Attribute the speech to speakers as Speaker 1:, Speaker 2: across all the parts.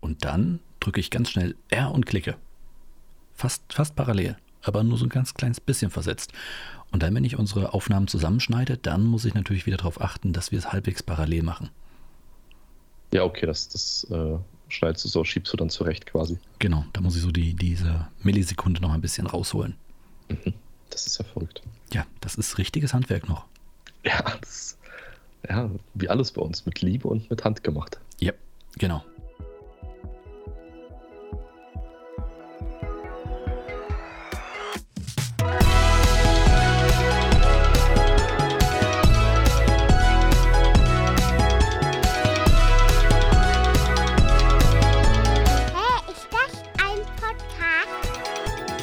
Speaker 1: Und dann drücke ich ganz schnell R und klicke. Fast, fast parallel, aber nur so ein ganz kleines bisschen versetzt. Und dann, wenn ich unsere Aufnahmen zusammenschneide, dann muss ich natürlich wieder darauf achten, dass wir es halbwegs parallel machen.
Speaker 2: Ja, okay, das, das äh, schneidest du so, schiebst du dann zurecht quasi.
Speaker 1: Genau, da muss ich so die, diese Millisekunde noch ein bisschen rausholen.
Speaker 2: Mhm. Das ist ja verrückt.
Speaker 1: Ja, das ist richtiges Handwerk noch.
Speaker 2: Ja, das, ja, wie alles bei uns, mit Liebe und mit Hand gemacht.
Speaker 1: Ja, genau.
Speaker 3: Hä, ist das ein Podcast?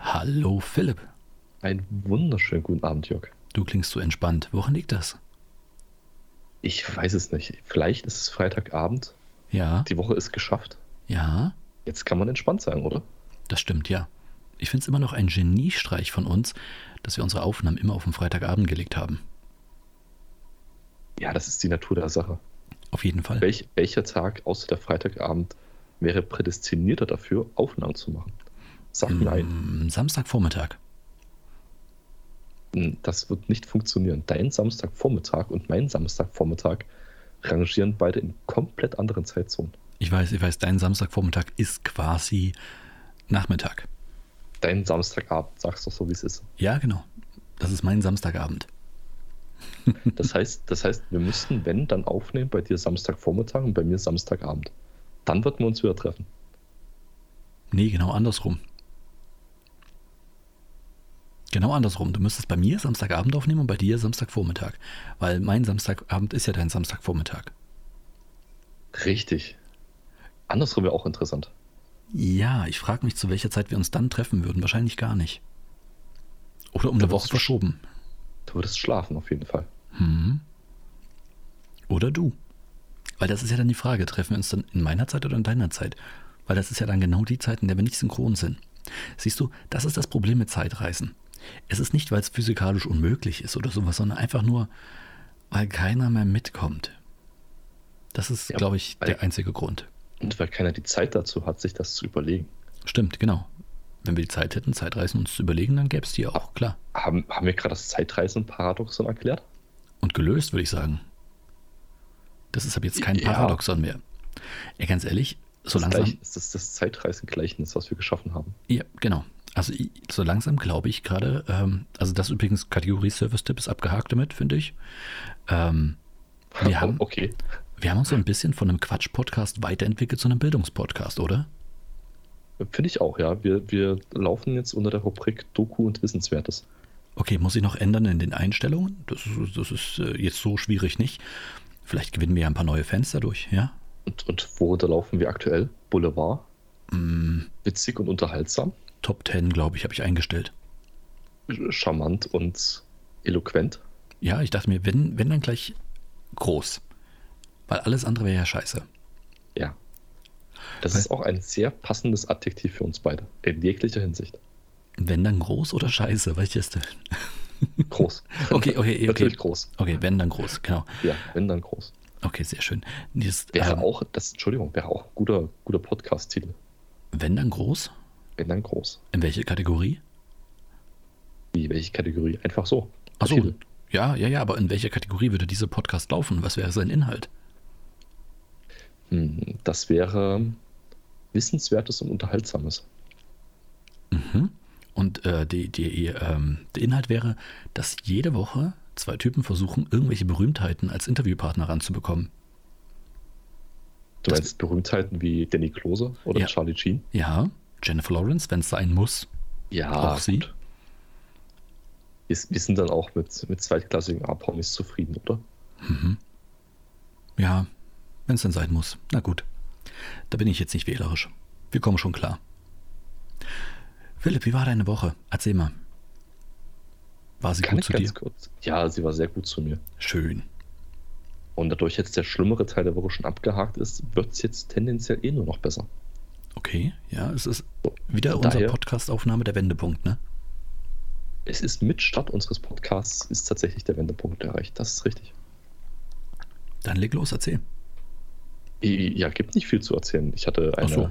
Speaker 1: Hallo Philipp,
Speaker 2: Einen wunderschönen guten Abend, Jörg.
Speaker 1: du klingst so entspannt. Woran liegt das?
Speaker 2: Ich weiß es nicht. Vielleicht ist es Freitagabend.
Speaker 1: Ja,
Speaker 2: Die Woche ist geschafft.
Speaker 1: ja,
Speaker 2: Jetzt kann man entspannt sein, oder?
Speaker 1: das stimmt, ja. Ich finde es immer noch ein Geniestreich von uns, dass wir unsere Aufnahmen immer auf den Freitagabend gelegt haben.
Speaker 2: Ja, das ist die Natur der Sache.
Speaker 1: Auf jeden Fall.
Speaker 2: Welch, welcher Tag außer der Freitagabend wäre prädestinierter dafür, Aufnahmen zu machen? Sag nein.
Speaker 1: Mm, Samstagvormittag.
Speaker 2: Das wird nicht funktionieren. Dein Samstagvormittag und mein Samstagvormittag rangieren beide in komplett anderen Zeitzonen.
Speaker 1: Ich weiß, ich weiß, dein Samstagvormittag ist quasi Nachmittag.
Speaker 2: Dein Samstagabend, sag's doch so, wie es ist.
Speaker 1: Ja, genau. Das ist mein Samstagabend.
Speaker 2: Das heißt, das heißt, wir müssten, wenn, dann aufnehmen, bei dir Samstagvormittag und bei mir Samstagabend. Dann würden wir uns wieder treffen.
Speaker 1: Nee, genau andersrum. Genau andersrum. Du müsstest bei mir Samstagabend aufnehmen und bei dir Samstagvormittag. Weil mein Samstagabend ist ja dein Samstagvormittag.
Speaker 2: Richtig. Andersrum wäre auch interessant.
Speaker 1: Ja, ich frage mich, zu welcher Zeit wir uns dann treffen würden. Wahrscheinlich gar nicht. Oder um
Speaker 2: Da
Speaker 1: eine Woche
Speaker 2: würdest du-
Speaker 1: verschoben.
Speaker 2: Du würdest schlafen auf jeden Fall.
Speaker 1: Hm. Oder du. Weil das ist ja dann die Frage, treffen wir uns dann in meiner Zeit oder in deiner Zeit? Weil das ist ja dann genau die Zeit, in der wir nicht synchron sind. Siehst du, das ist das Problem mit Zeitreisen. Es ist nicht, weil es physikalisch unmöglich ist oder sowas, sondern einfach nur, weil keiner mehr mitkommt. Das ist,
Speaker 2: Ja,
Speaker 1: glaube ich,
Speaker 2: weil-
Speaker 1: der einzige Grund.
Speaker 2: Und weil keiner die Zeit dazu hat, sich das zu überlegen.
Speaker 1: Stimmt, genau. Wenn wir die Zeit hätten, Zeitreisen uns zu überlegen, dann gäbe es die auch, klar.
Speaker 2: Haben, haben wir gerade das Zeitreisen-Paradoxon erklärt?
Speaker 1: und gelöst, würde ich sagen. Das ist ab jetzt kein
Speaker 2: Ja.
Speaker 1: Paradoxon mehr. Ey, ganz ehrlich, so
Speaker 2: das
Speaker 1: langsam.
Speaker 2: Gleich, ist das das Zeitreisen-Gleichnis, was wir geschaffen haben?
Speaker 1: Ja, genau. Also i- so langsam glaube ich gerade, ähm, also das übrigens Kategorie Service-Tipp ist abgehakt damit, finde ich. Ähm, wir, haben,
Speaker 2: okay.
Speaker 1: wir haben uns so ein bisschen von einem Quatsch-Podcast weiterentwickelt zu einem Bildungspodcast, oder?
Speaker 2: Finde ich auch, ja. Wir, wir laufen jetzt unter der Rubrik Doku und Wissenswertes.
Speaker 1: Okay, muss ich noch ändern in den Einstellungen? Das, ist- das ist äh, jetzt so schwierig nicht. Vielleicht gewinnen wir ja ein paar neue Fans dadurch, ja?
Speaker 2: Und, und worunter laufen wir aktuell? Boulevard?
Speaker 1: Mm.
Speaker 2: Witzig und unterhaltsam?
Speaker 1: Top 10, glaube ich, habe ich eingestellt.
Speaker 2: Charmant und eloquent?
Speaker 1: Ja, ich dachte mir, wenn, wenn dann gleich groß. Weil alles andere wäre ja scheiße.
Speaker 2: Ja. Das ist auch ein sehr passendes Adjektiv für uns beide. In jeglicher Hinsicht.
Speaker 1: Wenn dann groß oder scheiße, welches denn?
Speaker 2: Groß.
Speaker 1: Okay, okay, okay.
Speaker 2: Natürlich groß.
Speaker 1: Okay, wenn dann groß, genau.
Speaker 2: Ja, wenn dann groß.
Speaker 1: Okay, sehr schön. Dieses,
Speaker 2: Wäre
Speaker 1: ähm,
Speaker 2: auch, das, Entschuldigung, wäre auch ein guter, guter Podcast-Titel.
Speaker 1: Wenn dann groß?
Speaker 2: Wenn dann groß.
Speaker 1: In welche Kategorie?
Speaker 2: Wie, welche Kategorie? Einfach so.
Speaker 1: Ach so,
Speaker 2: Titel.
Speaker 1: Ja, ja, ja, aber in welcher Kategorie würde dieser Podcast laufen? Was wäre sein Inhalt?
Speaker 2: Hm, Das wäre Wissenswertes und Unterhaltsames.
Speaker 1: Mhm. Und äh, die, die, ähm, der Inhalt wäre, dass jede Woche zwei Typen versuchen, irgendwelche Berühmtheiten als Interviewpartner ranzubekommen.
Speaker 2: Du
Speaker 1: Das-
Speaker 2: meinst Berühmtheiten wie Danny Klose oder
Speaker 1: Ja.
Speaker 2: Charlie Sheen?
Speaker 1: Ja, Jennifer Lawrence, wenn es sein muss.
Speaker 2: Ja,
Speaker 1: Auch sie?
Speaker 2: gut. Wir, wir sind dann auch mit, mit zweitklassigen A-Promis zufrieden, oder?
Speaker 1: Ja, wenn es dann sein muss. Na gut. Da bin ich jetzt nicht wählerisch. Wir kommen schon klar. Philipp, wie war deine Woche? Erzähl mal. War sie
Speaker 2: Kann
Speaker 1: gut
Speaker 2: ich
Speaker 1: zu
Speaker 2: ganz
Speaker 1: dir?
Speaker 2: kurz? Ja, sie war sehr gut zu mir.
Speaker 1: Schön.
Speaker 2: Und dadurch jetzt der schlimmere Teil der Woche schon abgehakt ist, wird es jetzt tendenziell eh nur noch besser.
Speaker 1: Okay, ja, es ist wieder
Speaker 2: Von
Speaker 1: unsere
Speaker 2: daher-
Speaker 1: Podcast-Aufnahme der Wendepunkt, ne?
Speaker 2: Es ist mit Start unseres Podcasts ist tatsächlich der Wendepunkt erreicht. Das ist richtig.
Speaker 1: Dann leg los, erzähl.
Speaker 2: Ja, gibt nicht viel zu erzählen. Ich hatte
Speaker 1: Ach
Speaker 2: eine,
Speaker 1: so.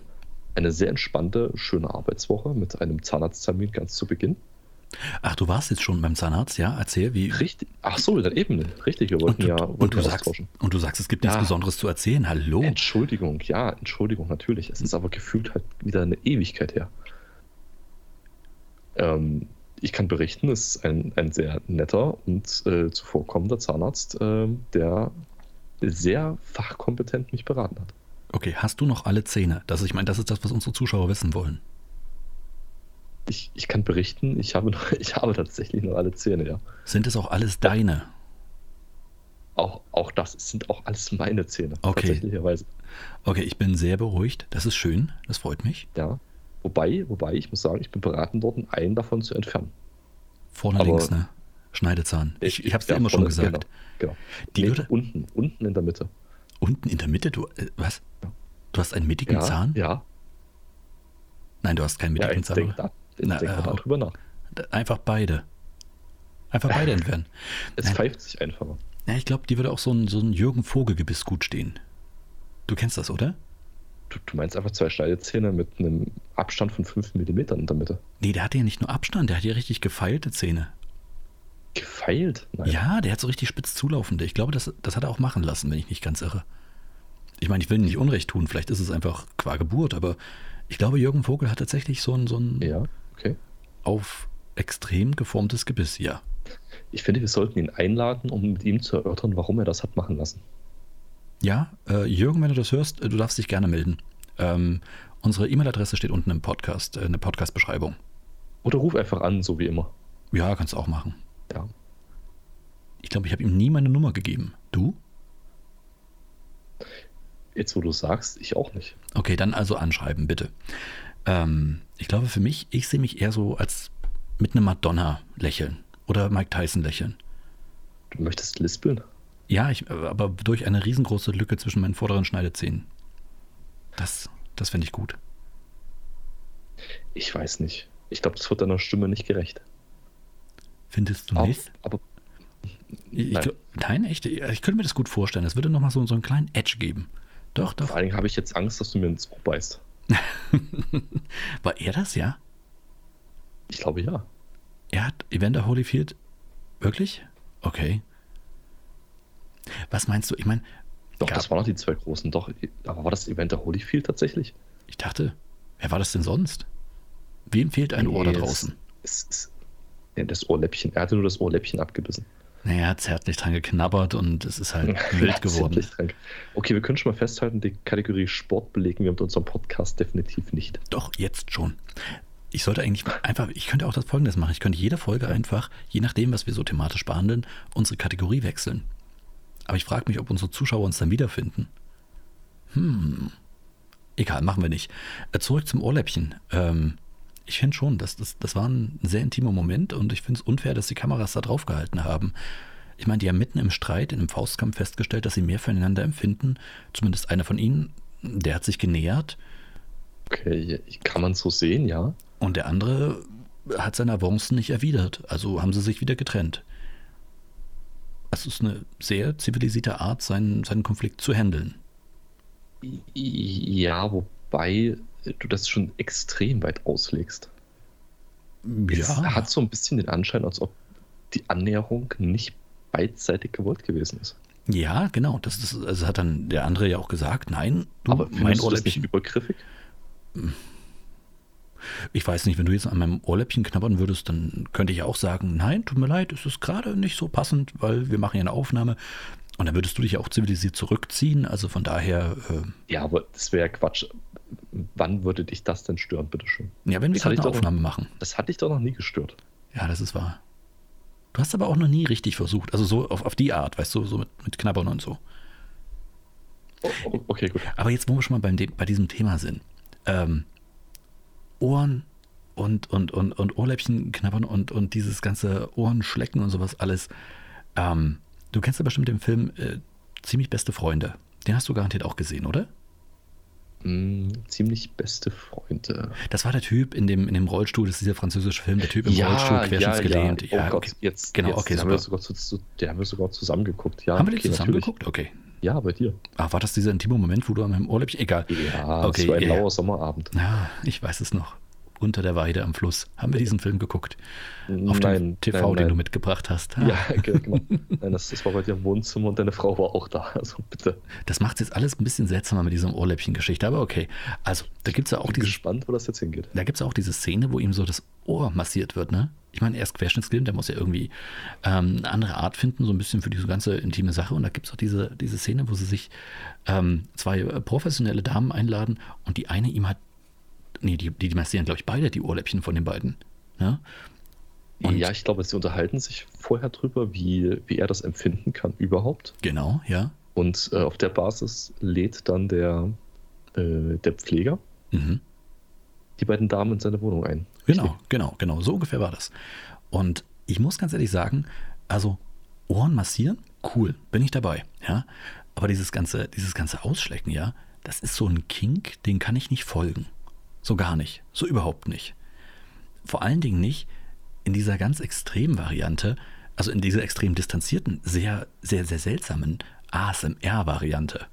Speaker 2: eine sehr entspannte, schöne Arbeitswoche mit einem Zahnarzttermin ganz zu Beginn.
Speaker 1: Ach, du warst jetzt schon beim Zahnarzt, ja? Erzähl, wie.
Speaker 2: Richtig. Ach so, dann eben. Richtig, wir wollten
Speaker 1: und,
Speaker 2: ja Ah. wollten
Speaker 1: und, du
Speaker 2: ja
Speaker 1: sagst, oh.
Speaker 2: austauschen.
Speaker 1: und du sagst, es gibt nichts
Speaker 2: Ja.
Speaker 1: Besonderes zu erzählen. Hallo?
Speaker 2: Entschuldigung, ja, Entschuldigung, natürlich. Es ist aber gefühlt halt wieder eine Ewigkeit her. Ähm, ich kann berichten, es ist ein, ein sehr netter und äh, zuvorkommender Zahnarzt, ähm, der sehr fachkompetent mich beraten hat.
Speaker 1: Okay, hast du noch alle Zähne? Das, ich meine, das ist das, was unsere Zuschauer wissen wollen.
Speaker 2: Ich, ich kann berichten, ich habe, noch, ich habe tatsächlich noch alle Zähne, ja.
Speaker 1: Sind es auch alles deine?
Speaker 2: Auch, auch das sind auch alles meine Zähne,
Speaker 1: Okay.
Speaker 2: tatsächlicherweise.
Speaker 1: Okay, ich bin sehr beruhigt. Das ist schön. Das freut mich.
Speaker 2: Ja. Wobei, wobei, ich muss sagen, ich bin beraten worden, einen davon zu entfernen.
Speaker 1: Vorne
Speaker 2: Aber-
Speaker 1: links, ne? Schneidezahn. Ich, ich hab's dir
Speaker 2: ja,
Speaker 1: immer schon
Speaker 2: vorne,
Speaker 1: gesagt.
Speaker 2: Genau. genau.
Speaker 1: Die
Speaker 2: nee,
Speaker 1: würde-
Speaker 2: unten, unten in der Mitte.
Speaker 1: Unten in der Mitte, du. Äh, was?
Speaker 2: Ja.
Speaker 1: Du hast einen mittigen Zahn?
Speaker 2: Ja,
Speaker 1: Nein, du hast keinen
Speaker 2: ja
Speaker 1: mittigen
Speaker 2: jetzt
Speaker 1: Zahn.
Speaker 2: denk,
Speaker 1: oder?
Speaker 2: da, jetzt
Speaker 1: Na,
Speaker 2: denk mal
Speaker 1: äh,
Speaker 2: darüber nach.
Speaker 1: D- Einfach beide. Einfach beide entfernen.
Speaker 2: Es
Speaker 1: Nein.
Speaker 2: pfeift sich einfacher.
Speaker 1: Ja, ich glaube, die würde auch so ein, so ein Jürgen Vogelgebiss gut stehen. Du kennst das, oder?
Speaker 2: Du, du meinst einfach zwei Schneidezähne mit einem Abstand von 5 mm in der Mitte.
Speaker 1: Nee, der hatte ja nicht nur Abstand, der hat ja richtig gefeilte Zähne.
Speaker 2: Gefeilt? Nein.
Speaker 1: Ja, der hat so richtig spitz zulaufende. Ich glaube, das, das hat er auch machen lassen, wenn ich nicht ganz irre. Ich meine, ich will ihm nicht Unrecht tun, vielleicht ist es einfach qua Geburt, aber ich glaube, Jürgen Vogel hat tatsächlich so ein, so ein
Speaker 2: Ja, okay.
Speaker 1: auf extrem geformtes Gebiss, ja.
Speaker 2: Ich finde, wir sollten ihn einladen, um mit ihm zu erörtern, warum er das hat machen lassen.
Speaker 1: Ja, äh, Jürgen, wenn du das hörst, äh, du darfst dich gerne melden. Ähm, unsere E-Mail-Adresse steht unten im Podcast, äh, in der Podcast-Beschreibung.
Speaker 2: Oder ruf einfach an, so wie immer.
Speaker 1: Ja, kannst du auch machen.
Speaker 2: Ja.
Speaker 1: Ich glaube, ich habe ihm nie meine Nummer gegeben. Du?
Speaker 2: Jetzt, wo du sagst, ich auch nicht.
Speaker 1: Okay, dann also anschreiben, bitte. Ähm, ich glaube für mich, ich sehe mich eher so als mit einem Madonna lächeln oder Mike Tyson lächeln.
Speaker 2: Du möchtest lispeln?
Speaker 1: Ja, ich, äh, aber durch eine riesengroße Lücke zwischen meinen vorderen Schneidezähnen. Das, das fände ich gut.
Speaker 2: Ich weiß nicht. Ich glaube, das wird deiner Stimme nicht gerecht.
Speaker 1: Findest du
Speaker 2: Ab-
Speaker 1: nicht?
Speaker 2: Aber
Speaker 1: Ich,
Speaker 2: nein.
Speaker 1: gl- nein, echt? Ich könnte mir das gut vorstellen. Das würde nochmal so, so einen kleinen Edge geben. Doch,
Speaker 2: vor
Speaker 1: doch.
Speaker 2: allen Dingen habe ich jetzt Angst, dass du mir ins Ohr beißt.
Speaker 1: War er das, ja?
Speaker 2: Ich glaube ja.
Speaker 1: Er hat Evander Holyfield. Wirklich? Okay. Was meinst du? Ich meine,
Speaker 2: Doch,
Speaker 1: Gab-
Speaker 2: das waren noch die zwei großen. Doch, aber war das Event der Holyfield tatsächlich?
Speaker 1: Ich dachte, wer war das denn sonst? Wem fehlt ein Ohr da
Speaker 2: Nee, es-
Speaker 1: draußen?
Speaker 2: Es, es, nee, das Ohrläppchen. Er hatte nur das Ohrläppchen abgebissen.
Speaker 1: Naja, er hat zärtlich dran geknabbert und es ist halt
Speaker 2: Ja,
Speaker 1: wild geworden.
Speaker 2: ziemlich krank. Okay, wir können schon mal festhalten, die Kategorie Sport belegen wir mit unserem Podcast definitiv nicht.
Speaker 1: Doch, jetzt schon. Ich sollte eigentlich mal einfach, ich könnte auch das folgendes machen. Ich könnte jede Folge einfach, je nachdem, was wir so thematisch behandeln, unsere Kategorie wechseln. Aber ich frage mich, ob unsere Zuschauer uns dann wiederfinden. Hm. Egal, machen wir nicht. Äh, Zurück zum Ohrläppchen. Ähm, ich finde schon, das, das, das war ein sehr intimer Moment und ich finde es unfair, dass die Kameras da drauf gehalten haben. Ich meine, die haben mitten im Streit, in einem Faustkampf festgestellt, dass sie mehr füreinander empfinden. Zumindest einer von ihnen, der hat sich genähert.
Speaker 2: Okay, kann man so sehen, ja.
Speaker 1: Und der andere hat seine Avancen nicht erwidert. Also haben sie sich wieder getrennt. Es ist eine sehr zivilisierte Art, seinen, seinen Konflikt zu handeln.
Speaker 2: Ja, wobei du das schon extrem weit auslegst. Es hat so ein bisschen den Anschein, als ob die Annäherung nicht beidseitig gewollt gewesen ist.
Speaker 1: ja, genau. Das, ist, also hat dann der andere ja auch gesagt, nein, du,
Speaker 2: Aber
Speaker 1: mein
Speaker 2: findest du das nicht
Speaker 1: Ohrläppchen.
Speaker 2: übergriffig?
Speaker 1: Ich weiß nicht, wenn du jetzt an meinem Ohrläppchen knabbern würdest, dann könnte ich auch sagen, nein, tut mir leid, es ist gerade nicht so passend, weil wir machen ja eine Aufnahme. Und dann würdest du dich ja auch zivilisiert zurückziehen. Also von daher, äh,
Speaker 2: Ja, aber das wäre Quatsch. Wann würde dich das denn stören, bitteschön?
Speaker 1: ja, wenn wir
Speaker 2: Ich
Speaker 1: halt
Speaker 2: hatte
Speaker 1: eine
Speaker 2: doch-
Speaker 1: Aufnahme machen.
Speaker 2: Das hat dich doch noch nie gestört.
Speaker 1: Ja, das ist wahr. Du hast aber auch noch nie richtig versucht. Also so auf, auf die Art, weißt du, so mit, mit Knabbern und so.
Speaker 2: Oh, oh, okay, gut.
Speaker 1: Aber jetzt, wo wir schon mal beim, De- bei diesem Thema sind. Ähm, Ohren und, und, und, und Ohrläppchen knabbern und, und dieses ganze Ohrenschlecken und sowas alles. Ähm, du kennst ja bestimmt den Film äh, Ziemlich beste Freunde. Den hast du garantiert auch gesehen, oder?
Speaker 2: Hm, ziemlich beste Freunde.
Speaker 1: Das war der Typ in dem, in dem Rollstuhl, das ist dieser französische Film, der Typ im Rollstuhl querschnittsgelähmt.
Speaker 2: Ja, oh Gott, jetzt,
Speaker 1: Genau,
Speaker 2: jetzt,
Speaker 1: okay,
Speaker 2: den haben wir
Speaker 1: super.
Speaker 2: sogar zu, zu, den haben wir sogar zusammengeguckt. Ja,
Speaker 1: Haben wir den
Speaker 2: okay,
Speaker 1: zusammen
Speaker 2: natürlich.
Speaker 1: geguckt? Okay.
Speaker 2: Ja, bei dir.
Speaker 1: Ah, war das dieser intime Moment, wo du an meinem Ohrläppchen. Egal.
Speaker 2: Ja,
Speaker 1: Okay,
Speaker 2: es war ein
Speaker 1: ja.
Speaker 2: lauer Sommerabend.
Speaker 1: Ja, ich weiß es noch. Unter der Weide am Fluss. Haben wir diesen Film geguckt? Auf dem TV,
Speaker 2: nein,
Speaker 1: den du
Speaker 2: nein.
Speaker 1: mitgebracht hast. Ah,
Speaker 2: Ja, genau. genau. nein, das, das war bei dir im Wohnzimmer und deine Frau war auch da. Also bitte.
Speaker 1: Das macht jetzt alles ein bisschen seltsamer mit dieser Ohrläppchen-Geschichte, aber okay. Also, da gibt es ja auch
Speaker 2: Bin
Speaker 1: diese
Speaker 2: gespannt, wo das jetzt hingeht.
Speaker 1: da gibt's auch diese Szene, wo ihm so das Ohr massiert wird, ne? Ich meine, er ist querschnittsgelähmt, der muss ja irgendwie ähm, eine andere Art finden, so ein bisschen für diese ganze intime Sache. Und da gibt es auch diese, diese Szene, wo sie sich ähm, zwei äh, professionelle Damen einladen und die eine ihm hat, nee, die, die, die massieren, glaube ich, beide die Ohrläppchen von den beiden. Ne? Und-
Speaker 2: ja, ich glaube, sie unterhalten sich vorher drüber, wie, wie er das empfinden kann überhaupt.
Speaker 1: Genau, ja.
Speaker 2: Und äh, auf der Basis lädt dann der, äh, der Pfleger
Speaker 1: Mhm.
Speaker 2: die beiden Damen in seine Wohnung ein.
Speaker 1: Genau, genau, genau. So ungefähr war das. Und ich muss ganz ehrlich sagen, also Ohren massieren, cool, bin ich dabei. Ja? Aber dieses ganze, dieses ganze Ausschlecken, ja, das ist so ein Kink, den kann ich nicht folgen. So gar nicht. So überhaupt nicht. Vor allen Dingen nicht in dieser ganz extremen Variante, also in dieser extrem distanzierten, sehr, sehr, sehr seltsamen ASMR-Variante.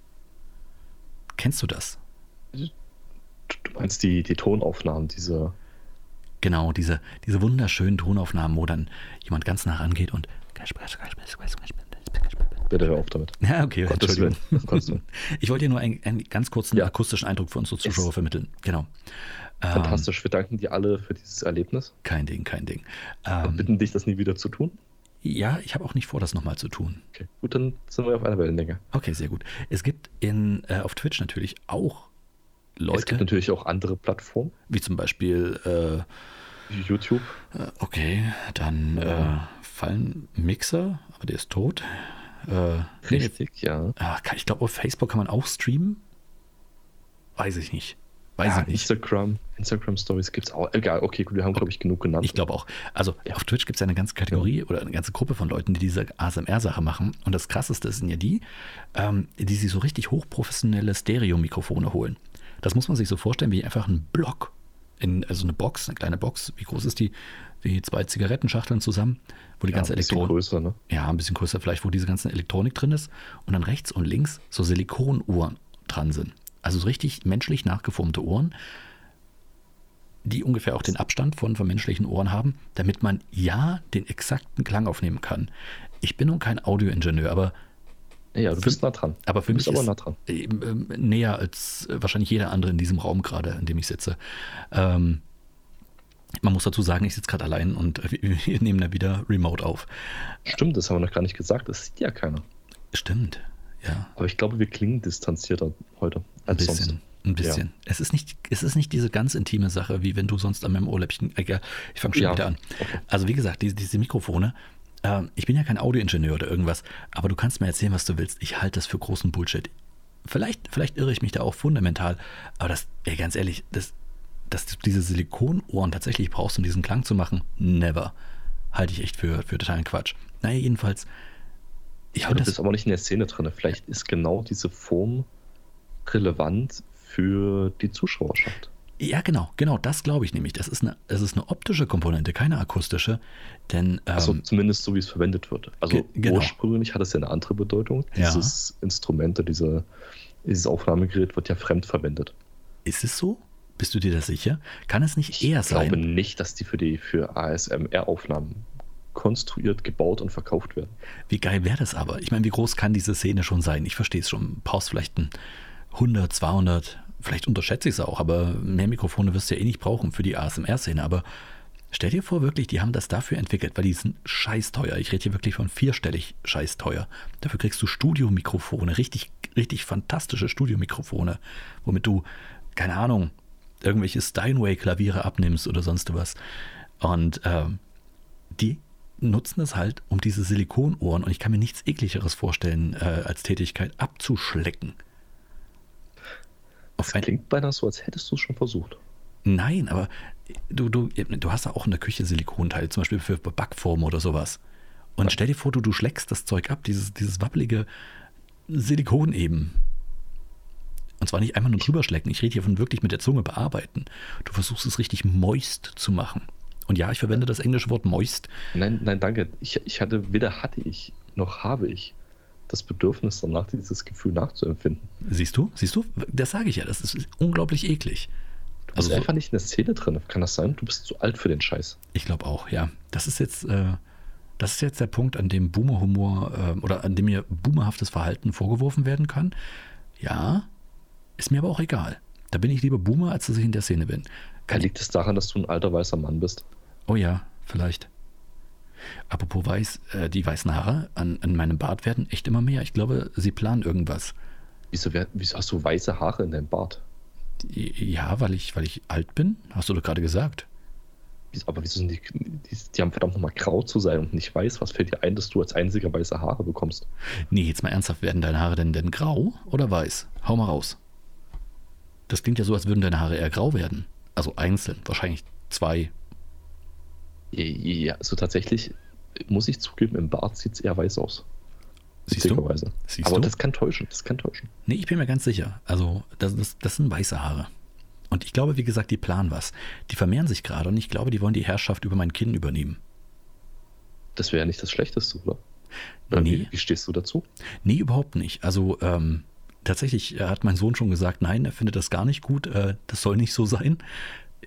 Speaker 1: Kennst du das?
Speaker 2: Du du meinst die, die Tonaufnahmen, diese.
Speaker 1: Genau, diese, diese wunderschönen Tonaufnahmen, wo dann jemand ganz nah rangeht und.
Speaker 2: Bitte hör auf damit.
Speaker 1: Ja, okay,
Speaker 2: Gottes
Speaker 1: Entschuldigung.
Speaker 2: Willen, um Gottes Willen.
Speaker 1: Ich wollte dir nur einen, einen ganz kurzen
Speaker 2: Ja.
Speaker 1: akustischen Eindruck für unsere Zuschauer
Speaker 2: Yes.
Speaker 1: vermitteln. Genau. Ähm,
Speaker 2: Fantastisch. Wir danken dir alle für dieses Erlebnis
Speaker 1: Kein Ding, kein Ding.
Speaker 2: und
Speaker 1: Ähm,
Speaker 2: bitten dich, das nie wieder zu tun.
Speaker 1: ja, ich habe auch nicht vor, das nochmal zu tun.
Speaker 2: Okay. Gut, dann sind wir auf einer Wellenlänge.
Speaker 1: Okay, sehr gut. Es gibt in, äh, auf Twitch natürlich auch
Speaker 2: Es gibt
Speaker 1: Leute,
Speaker 2: natürlich auch andere Plattformen,
Speaker 1: wie zum Beispiel,
Speaker 2: wie YouTube.
Speaker 1: äh, äh, okay, dann äh, fallen Mixer, aber der ist tot. Äh, nee,
Speaker 2: Richtig, ja.
Speaker 1: Ah, kann- Ich glaube, auf Facebook kann man auch streamen. Weiß ich nicht. Weiß
Speaker 2: ja
Speaker 1: ich nicht.
Speaker 2: Instagram, Instagram Stories gibt es auch. Egal, okay, gut, wir haben, glaube ich, genug genannt.
Speaker 1: Ich glaube auch. Also auf Twitch gibt es ja eine ganze Kategorie oder eine ganze Gruppe von Leuten, die diese ASMR-Sache machen. Und das Krasseste sind ja die, ähm, die sich so richtig hochprofessionelle Stereo-Mikrofone holen. Das muss man sich so vorstellen wie einfach einen Block, in, also eine Box, eine kleine Box. Wie groß ist die? Wie zwei Zigarettenschachteln zusammen, wo die
Speaker 2: ja,
Speaker 1: ganze
Speaker 2: ein bisschen
Speaker 1: Elektronik.
Speaker 2: größer, ne?
Speaker 1: ja, ein bisschen größer vielleicht, wo diese ganze Elektronik drin ist und dann rechts und links so Silikonuhren dran sind. Also so richtig menschlich nachgeformte Ohren, die ungefähr auch den Abstand von, von menschlichen Ohren haben, damit man ja den exakten Klang aufnehmen kann. Ich bin nun kein Audioingenieur, aber,
Speaker 2: Ja, du bist nah dran.
Speaker 1: aber für
Speaker 2: Du
Speaker 1: mich
Speaker 2: bist aber
Speaker 1: ist
Speaker 2: nah dran.
Speaker 1: eben, ähm, näher als äh, wahrscheinlich jeder andere in diesem Raum gerade, in dem ich sitze. Ähm, man muss dazu sagen, ich sitze gerade allein und äh, wir, wir nehmen da wieder remote auf.
Speaker 2: Stimmt, das haben wir noch gar nicht gesagt. Das sieht ja keiner.
Speaker 1: Stimmt, ja.
Speaker 2: Aber ich glaube, wir klingen distanzierter heute
Speaker 1: Ein
Speaker 2: als
Speaker 1: bisschen.
Speaker 2: sonst.
Speaker 1: Ein bisschen. Es, ist nicht, es ist nicht diese ganz intime Sache, wie wenn du sonst an meinem Ohrläppchen. Egal, ich fange schon
Speaker 2: Ja.
Speaker 1: wieder an. Also, wie gesagt, diese, diese Mikrofone. ähm, ich bin ja kein Audioingenieur oder irgendwas, aber du kannst mir erzählen, was du willst. Ich halte das für großen Bullshit. Vielleicht, vielleicht irre ich mich da auch fundamental, aber das, ey, ganz ehrlich, das, dass du diese Silikonohren tatsächlich brauchst, um diesen Klang zu machen, never. Halte ich echt für, für totalen Quatsch. Naja, jedenfalls, ich
Speaker 2: Aber
Speaker 1: finde
Speaker 2: du
Speaker 1: das.
Speaker 2: bist aber nicht in der Szene drin. Vielleicht ist genau diese Form relevant für die Zuschauerschaft.
Speaker 1: Ja, genau, genau, das glaube ich nämlich. Das ist eine, es ist eine optische Komponente, keine akustische. Denn ähm,
Speaker 2: Also zumindest so, wie es verwendet wird. Also
Speaker 1: ge- genau.
Speaker 2: ursprünglich hat es ja eine andere Bedeutung.
Speaker 1: Ja.
Speaker 2: Dieses Instrument oder diese, dieses Aufnahmegerät wird ja fremd verwendet.
Speaker 1: ist es so? Bist du dir da sicher? Kann es nicht
Speaker 2: Ich
Speaker 1: eher
Speaker 2: glaube
Speaker 1: sein?
Speaker 2: nicht, dass die für die für ASMR-Aufnahmen konstruiert, gebaut und verkauft werden.
Speaker 1: Wie geil wäre das aber? Ich meine, wie groß kann diese Szene schon sein? Ich verstehe es schon. Du brauchst vielleicht ein 100, 200, vielleicht unterschätze ich es auch, aber mehr Mikrofone wirst du ja eh nicht brauchen für die ASMR-Szene. Aber stell dir vor, wirklich, die haben das dafür entwickelt, weil die sind scheißteuer. Ich rede hier wirklich von vierstellig scheißteuer. Dafür kriegst du Studiomikrofone, richtig, richtig fantastische Studiomikrofone, womit du, keine Ahnung, irgendwelche Steinway-Klaviere abnimmst oder sonst was. Und ähm, die nutzen es halt, um diese Silikonohren, und ich kann mir nichts ekligeres vorstellen, äh, als Tätigkeit abzuschlecken. Auf
Speaker 2: Das
Speaker 1: ein,
Speaker 2: klingt beinahe so, als hättest du es schon versucht.
Speaker 1: nein, aber du, du, du hast ja auch in der Küche Silikonteile, zum Beispiel für Backformen oder sowas. Und stell dir vor, du, du schleckst das Zeug ab, dieses, dieses wappelige Silikon eben. Und zwar nicht einfach nur drüber schlecken. Ich rede hier von wirklich mit der Zunge bearbeiten. Du versuchst es richtig moist zu machen. Und ja, ich verwende das englische Wort moist.
Speaker 2: Nein, nein, danke. Ich, ich hatte, weder hatte ich noch habe ich das Bedürfnis danach, dieses Gefühl nachzuempfinden.
Speaker 1: Siehst du? Siehst du? Das sage ich ja. Das ist unglaublich eklig.
Speaker 2: Du bist also einfach nicht in der Szene drin. Kann das sein? Du bist zu alt für den Scheiß.
Speaker 1: Ich glaube auch, ja. Das ist jetzt, äh, das ist jetzt der Punkt, an dem Boomer-Humor äh, oder an dem mir boomerhaftes Verhalten vorgeworfen werden kann. Ja, ist mir aber auch egal. Da bin ich lieber Boomer, als dass ich in der Szene bin.
Speaker 2: Kann liegt es daran, dass du ein alter weißer Mann bist?
Speaker 1: Oh ja, vielleicht. Apropos weiß, äh, die weißen Haare an, an meinem Bart werden echt immer mehr. Ich glaube, sie planen irgendwas.
Speaker 2: Wieso, wer- wieso hast du weiße Haare in deinem Bart?
Speaker 1: Ja, weil ich, weil ich alt bin, hast du doch gerade gesagt.
Speaker 2: Wieso, aber wieso sind die, die, die haben verdammt nochmal grau zu sein und nicht weiß? Was fällt dir ein, dass du als einziger weiße Haare bekommst?
Speaker 1: Nee, jetzt mal ernsthaft, werden deine Haare denn, denn grau oder weiß? Hau mal raus. Das klingt ja so, als würden deine Haare eher grau werden. Also einzeln, wahrscheinlich zwei.
Speaker 2: Ja, also tatsächlich muss ich zugeben, im Bart sieht es eher weiß aus.
Speaker 1: Siehst du?
Speaker 2: witzigerweise.
Speaker 1: Siehst
Speaker 2: aber
Speaker 1: du?
Speaker 2: das kann täuschen, das kann täuschen.
Speaker 1: Nee, ich bin mir ganz sicher. Also, das, das, das sind weiße Haare. Und ich glaube, wie gesagt, die planen was. Die vermehren sich gerade und ich glaube, die wollen die Herrschaft über mein Kinn übernehmen.
Speaker 2: Das wäre ja nicht das Schlechteste, oder? oder
Speaker 1: Nee.
Speaker 2: wie, wie stehst du dazu?
Speaker 1: Nee, überhaupt nicht. Also ähm, tatsächlich äh, hat mein Sohn schon gesagt, nein, er findet das gar nicht gut, äh, das soll nicht so sein.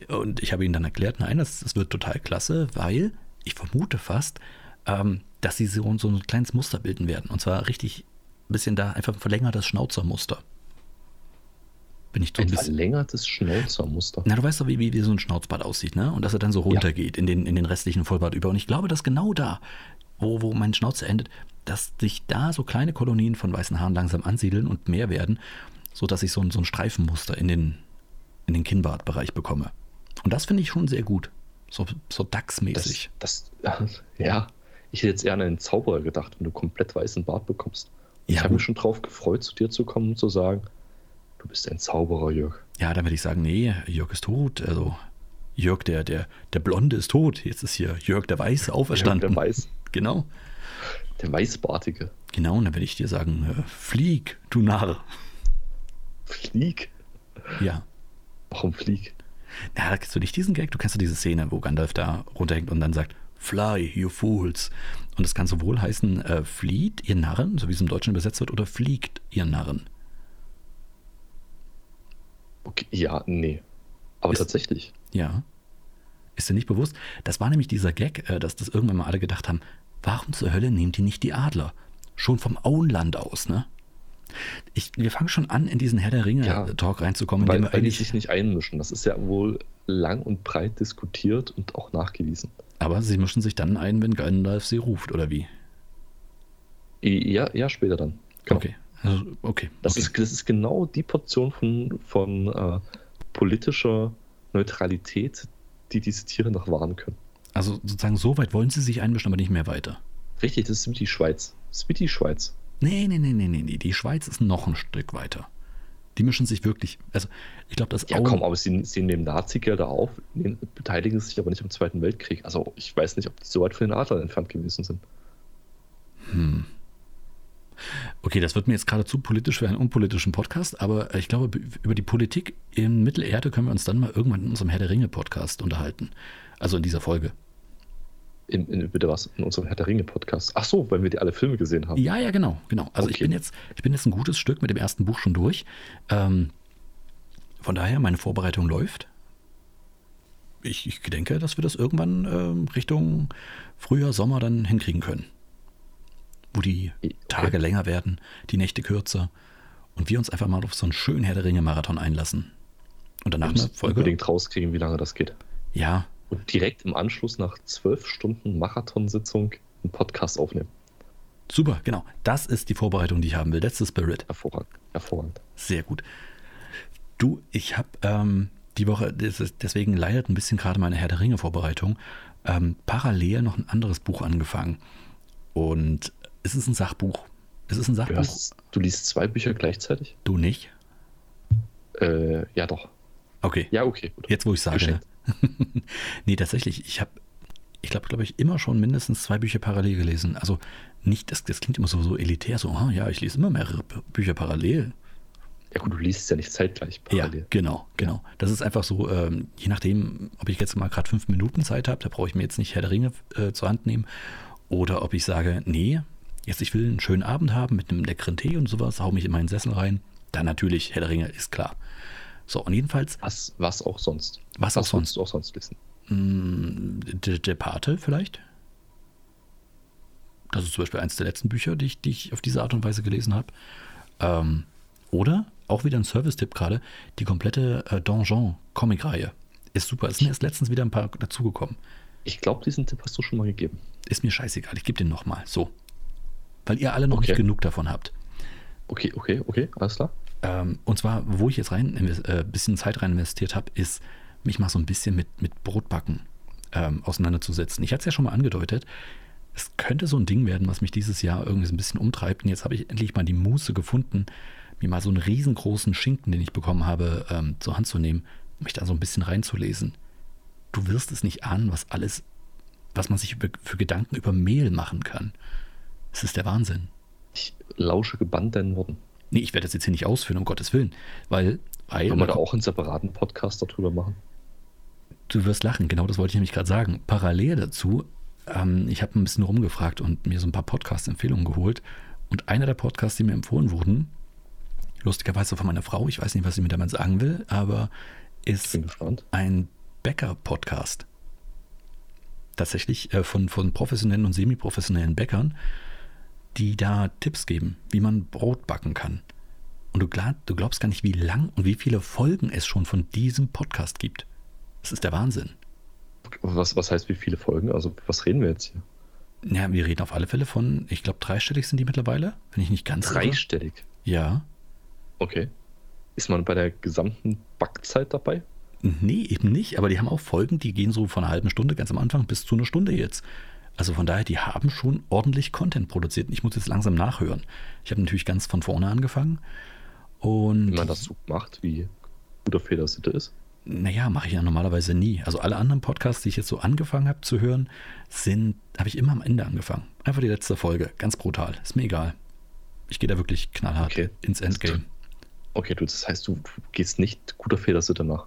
Speaker 1: Und ich habe ihm dann erklärt, nein, das, das wird total klasse, weil ich vermute fast, ähm, dass sie so, so ein kleines Muster bilden werden. Und zwar richtig ein bisschen da, einfach ein verlängertes Schnauzermuster. Bin ich so ein
Speaker 2: Ein
Speaker 1: bisschen.
Speaker 2: verlängertes Schnauzermuster.
Speaker 1: Na, du weißt doch, wie, wie, wie so ein Schnauzbart aussieht, ne? Und dass er dann so runtergeht in, den, in den restlichen Vollbart über. Und ich glaube, dass genau da, wo, wo mein Schnauzer endet, dass sich da so kleine Kolonien von weißen Haaren langsam ansiedeln und mehr werden, sodass ich so ein, so ein Streifenmuster in den, in den Kinnbartbereich bekomme. Und das finde ich schon sehr gut. So, so
Speaker 2: Das,
Speaker 1: DAX-mäßig.
Speaker 2: das, ja, ich hätte jetzt eher an einen Zauberer gedacht, wenn du komplett weißen Bart bekommst.
Speaker 1: Ja,
Speaker 2: ich habe
Speaker 1: gut.
Speaker 2: mich schon drauf gefreut, zu dir zu kommen und zu sagen, du bist ein Zauberer, Jörg.
Speaker 1: Ja, dann würde ich sagen, nee, Jörg ist tot. Also Jörg, der, der, der Blonde ist tot. Jetzt ist hier Jörg der Weiße auferstanden.
Speaker 2: Der, Weiß,
Speaker 1: Genau.
Speaker 2: der Weißbartige.
Speaker 1: Genau, und dann würde ich dir sagen, äh, flieg, du Narr.
Speaker 2: Flieg.
Speaker 1: Ja.
Speaker 2: Warum Flieg?
Speaker 1: Na, da kennst du nicht diesen Gag, du kennst ja diese Szene, wo Gandalf da runterhängt und dann sagt, Fly, you fools. Und das kann sowohl heißen, äh, flieht ihr Narren, so wie es im Deutschen übersetzt wird, oder fliegt ihr Narren.
Speaker 2: Okay, ja, nee. Aber
Speaker 1: Ist-
Speaker 2: tatsächlich.
Speaker 1: Ja. Ist dir nicht bewusst? Das war nämlich dieser Gag, äh, dass das irgendwann mal alle gedacht haben, warum zur Hölle nehmt ihr nicht die Adler? Schon vom Auenland aus, ne? Ich, wir fangen schon an, in diesen Herr der
Speaker 2: Ja.
Speaker 1: Ringe-Talk reinzukommen,
Speaker 2: Weil,
Speaker 1: indem wir
Speaker 2: weil die
Speaker 1: eigentlich
Speaker 2: sich nicht einmischen. Das ist ja wohl lang und breit diskutiert und auch nachgewiesen.
Speaker 1: Aber sie mischen sich dann ein, wenn Gandalf sie ruft, oder wie?
Speaker 2: Ja, ja E-, später dann. Genau.
Speaker 1: Okay. Also, okay.
Speaker 2: Das,
Speaker 1: okay.
Speaker 2: ist, das ist genau die Portion von, von äh, politischer Neutralität, die diese Tiere noch wahren können.
Speaker 1: also sozusagen so weit wollen sie sich einmischen, aber nicht mehr weiter.
Speaker 2: Richtig, das ist wie die Schweiz. Das ist wie die Schweiz.
Speaker 1: Nee, nee, nee, nee, nee, nee. Die Schweiz ist noch ein Stück weiter. Die mischen sich wirklich. Also, ich glaube, das
Speaker 2: Ja,
Speaker 1: Auen-
Speaker 2: komm, aber sie, sie nehmen Nazi-Gelder auf, nehmen, beteiligen sich aber nicht am Zweiten Weltkrieg. Also ich weiß nicht, ob die so weit von den Adlern entfernt gewesen sind.
Speaker 1: Okay, das wird mir jetzt gerade zu politisch für einen unpolitischen Podcast, aber äh, ich glaube, b- über die Politik in Mittelerde können wir uns dann mal irgendwann in unserem Herr der Ringe-Podcast unterhalten. Also in dieser Folge.
Speaker 2: In, in, bitte was? In unserem Herr der Ringe-Podcast. Ach so, weil wir die alle Filme gesehen haben.
Speaker 1: Ja, ja, genau, genau. Also ich
Speaker 2: Okay.
Speaker 1: bin jetzt, ich bin jetzt ein gutes Stück mit dem ersten Buch schon durch. Ähm, von daher, meine Vorbereitung läuft. Ich, ich denke, dass wir das irgendwann ähm, Richtung Frühjahr, Sommer dann hinkriegen können. Wo die
Speaker 2: Okay.
Speaker 1: Tage länger werden, die Nächte kürzer und wir uns einfach mal auf so einen schönen Herr der Ringe-Marathon einlassen. Und danach
Speaker 2: Wir
Speaker 1: eine
Speaker 2: müssen
Speaker 1: Folge.
Speaker 2: Ne? unbedingt rauskriegen, wie lange das geht.
Speaker 1: Ja,
Speaker 2: Und direkt im Anschluss nach zwölf Stunden Marathonsitzung einen Podcast aufnehmen.
Speaker 1: super, genau. Das ist die Vorbereitung, die ich haben will. That's the spirit.
Speaker 2: Hervorragend. Hervorragend.
Speaker 1: Sehr gut. Du, ich habe ähm, die Woche, das ist, deswegen leidet ein bisschen gerade meine Herr der Ringe-Vorbereitung, ähm, parallel noch ein anderes Buch angefangen. Und es ist ein Sachbuch. Es ist ein
Speaker 2: Du,
Speaker 1: Sachbuch.
Speaker 2: hast, du liest zwei Bücher gleichzeitig?
Speaker 1: Du nicht?
Speaker 2: Äh, ja, doch.
Speaker 1: Okay.
Speaker 2: Ja, okay. Gut.
Speaker 1: Jetzt, wo ich sage. Ne?
Speaker 2: Geschenkt.
Speaker 1: nee, tatsächlich, ich habe, ich glaube, glaube ich, immer schon mindestens zwei Bücher parallel gelesen. Also nicht, das, das klingt immer so, so elitär, so, ah, ja, ich lese immer mehrere Bü- Bücher parallel.
Speaker 2: Ja, gut, du liest ja nicht zeitgleich
Speaker 1: Ja,
Speaker 2: parallel.
Speaker 1: genau, genau. Das ist einfach so, ähm, je nachdem, ob ich jetzt mal gerade fünf Minuten Zeit habe, da brauche ich mir jetzt nicht Herr der Ringe äh, zur Hand nehmen, oder ob ich sage, nee, Jetzt, ich will einen schönen Abend haben mit einem leckeren Tee und sowas, hau mich in meinen Sessel rein. Dann natürlich, Herr der Ringe, ist klar. So, und jedenfalls,
Speaker 2: Was, was auch sonst.
Speaker 1: Was auch sonst.
Speaker 2: willst du auch sonst wissen?
Speaker 1: mh, der, der Pate vielleicht? Das ist zum Beispiel eins der letzten Bücher, die ich, die ich auf diese Art und Weise gelesen habe. Ähm, oder, auch wieder ein Service-Tipp gerade, die komplette äh, Donjon-Comic-Reihe. Ist super. Ist mir erst letztens wieder ein paar dazugekommen.
Speaker 2: Ich glaube, diesen Tipp hast du schon mal gegeben.
Speaker 1: Ist mir scheißegal, ich gebe den nochmal. So. Weil ihr alle noch nicht
Speaker 2: Okay.
Speaker 1: genug davon habt.
Speaker 2: Okay, okay, okay, alles klar.
Speaker 1: Ähm, und zwar, wo ich jetzt rein invest- äh, bisschen Zeit rein investiert habe, ist, mich mal so ein bisschen mit, mit Brotbacken ähm, auseinanderzusetzen. Ich hatte es ja schon mal angedeutet, es könnte so ein Ding werden, was mich dieses Jahr irgendwie so ein bisschen umtreibt. Und jetzt habe ich endlich mal die Muße gefunden, mir mal so einen riesengroßen Schinken, den ich bekommen habe, ähm, zur Hand zu nehmen, um mich da so ein bisschen reinzulesen. Du wirst es nicht ahnen, was alles, was man sich über, für Gedanken über Mehl machen kann. Es ist der Wahnsinn.
Speaker 2: Ich lausche gebannt deinen Worten.
Speaker 1: Nee, ich werde das jetzt hier nicht ausführen, um Gottes Willen. Weil, weil
Speaker 2: Können wir da auch einen separaten Podcast darüber machen?
Speaker 1: du wirst lachen, genau das wollte ich nämlich gerade sagen. Parallel dazu, ähm, ich habe ein bisschen rumgefragt und mir so ein paar Podcast-Empfehlungen geholt. Und einer der Podcasts, die mir empfohlen wurden, lustigerweise von meiner Frau, ich weiß nicht, was sie mir damit sagen will, aber ist
Speaker 2: Bin gespannt.
Speaker 1: ein Bäcker-Podcast. Tatsächlich äh, von, von professionellen und semi-professionellen Bäckern, die da Tipps geben, wie man Brot backen kann. Und du, glaub, du glaubst gar nicht, wie lang und wie viele Folgen es schon von diesem Podcast gibt. Das ist der Wahnsinn.
Speaker 2: Was, was heißt wie viele Folgen? Also, was reden wir jetzt hier?
Speaker 1: Ja, wir reden auf alle Fälle von, ich glaube, dreistellig sind die mittlerweile, wenn ich nicht ganz irre.
Speaker 2: Dreistellig.
Speaker 1: Ja.
Speaker 2: Okay. Ist man bei der gesamten Backzeit dabei?
Speaker 1: Nee, eben nicht, aber die haben auch Folgen, die gehen so von einer halben Stunde ganz am Anfang bis zu einer Stunde jetzt. Also von daher, die haben schon ordentlich Content produziert. Ich muss jetzt langsam nachhören. Ich habe natürlich ganz von vorne angefangen. Und
Speaker 2: Wenn man das so macht, wie guter Federsitte ist.
Speaker 1: Naja, mache ich ja normalerweise nie. Also alle anderen Podcasts, die ich jetzt so angefangen habe zu hören, sind, habe ich immer am Ende angefangen. Einfach die letzte Folge, ganz brutal. Ist mir egal. Ich gehe da wirklich knallhart
Speaker 2: Okay.
Speaker 1: ins Endgame.
Speaker 2: Okay, du, das heißt, du, du gehst nicht guter Federsitte nach.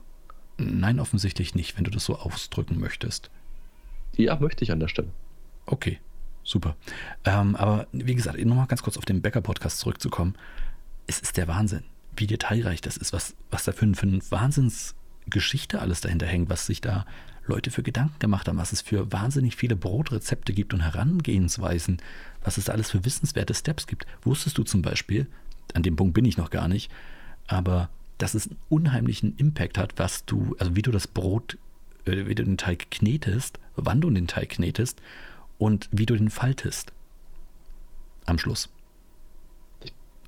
Speaker 1: Nein, offensichtlich nicht, wenn du das so ausdrücken möchtest.
Speaker 2: Ja, möchte ich an der Stelle.
Speaker 1: Okay, super. Ähm, aber wie gesagt, nochmal ganz kurz auf den Bäcker-Podcast zurückzukommen. Es ist der Wahnsinn, wie detailreich das ist, was, was da für, ein- für eine Wahnsinnsgeschichte alles dahinter hängt, was sich da Leute für Gedanken gemacht haben, was es für wahnsinnig viele Brotrezepte gibt und Herangehensweisen, was es da alles für wissenswerte Steps gibt. Wusstest du zum Beispiel, an dem Punkt bin ich noch gar nicht, aber dass es einen unheimlichen Impact hat, was du, also wie du das Brot, äh, wie du den Teig knetest, wann du den Teig knetest und wie du den faltest. Am Schluss.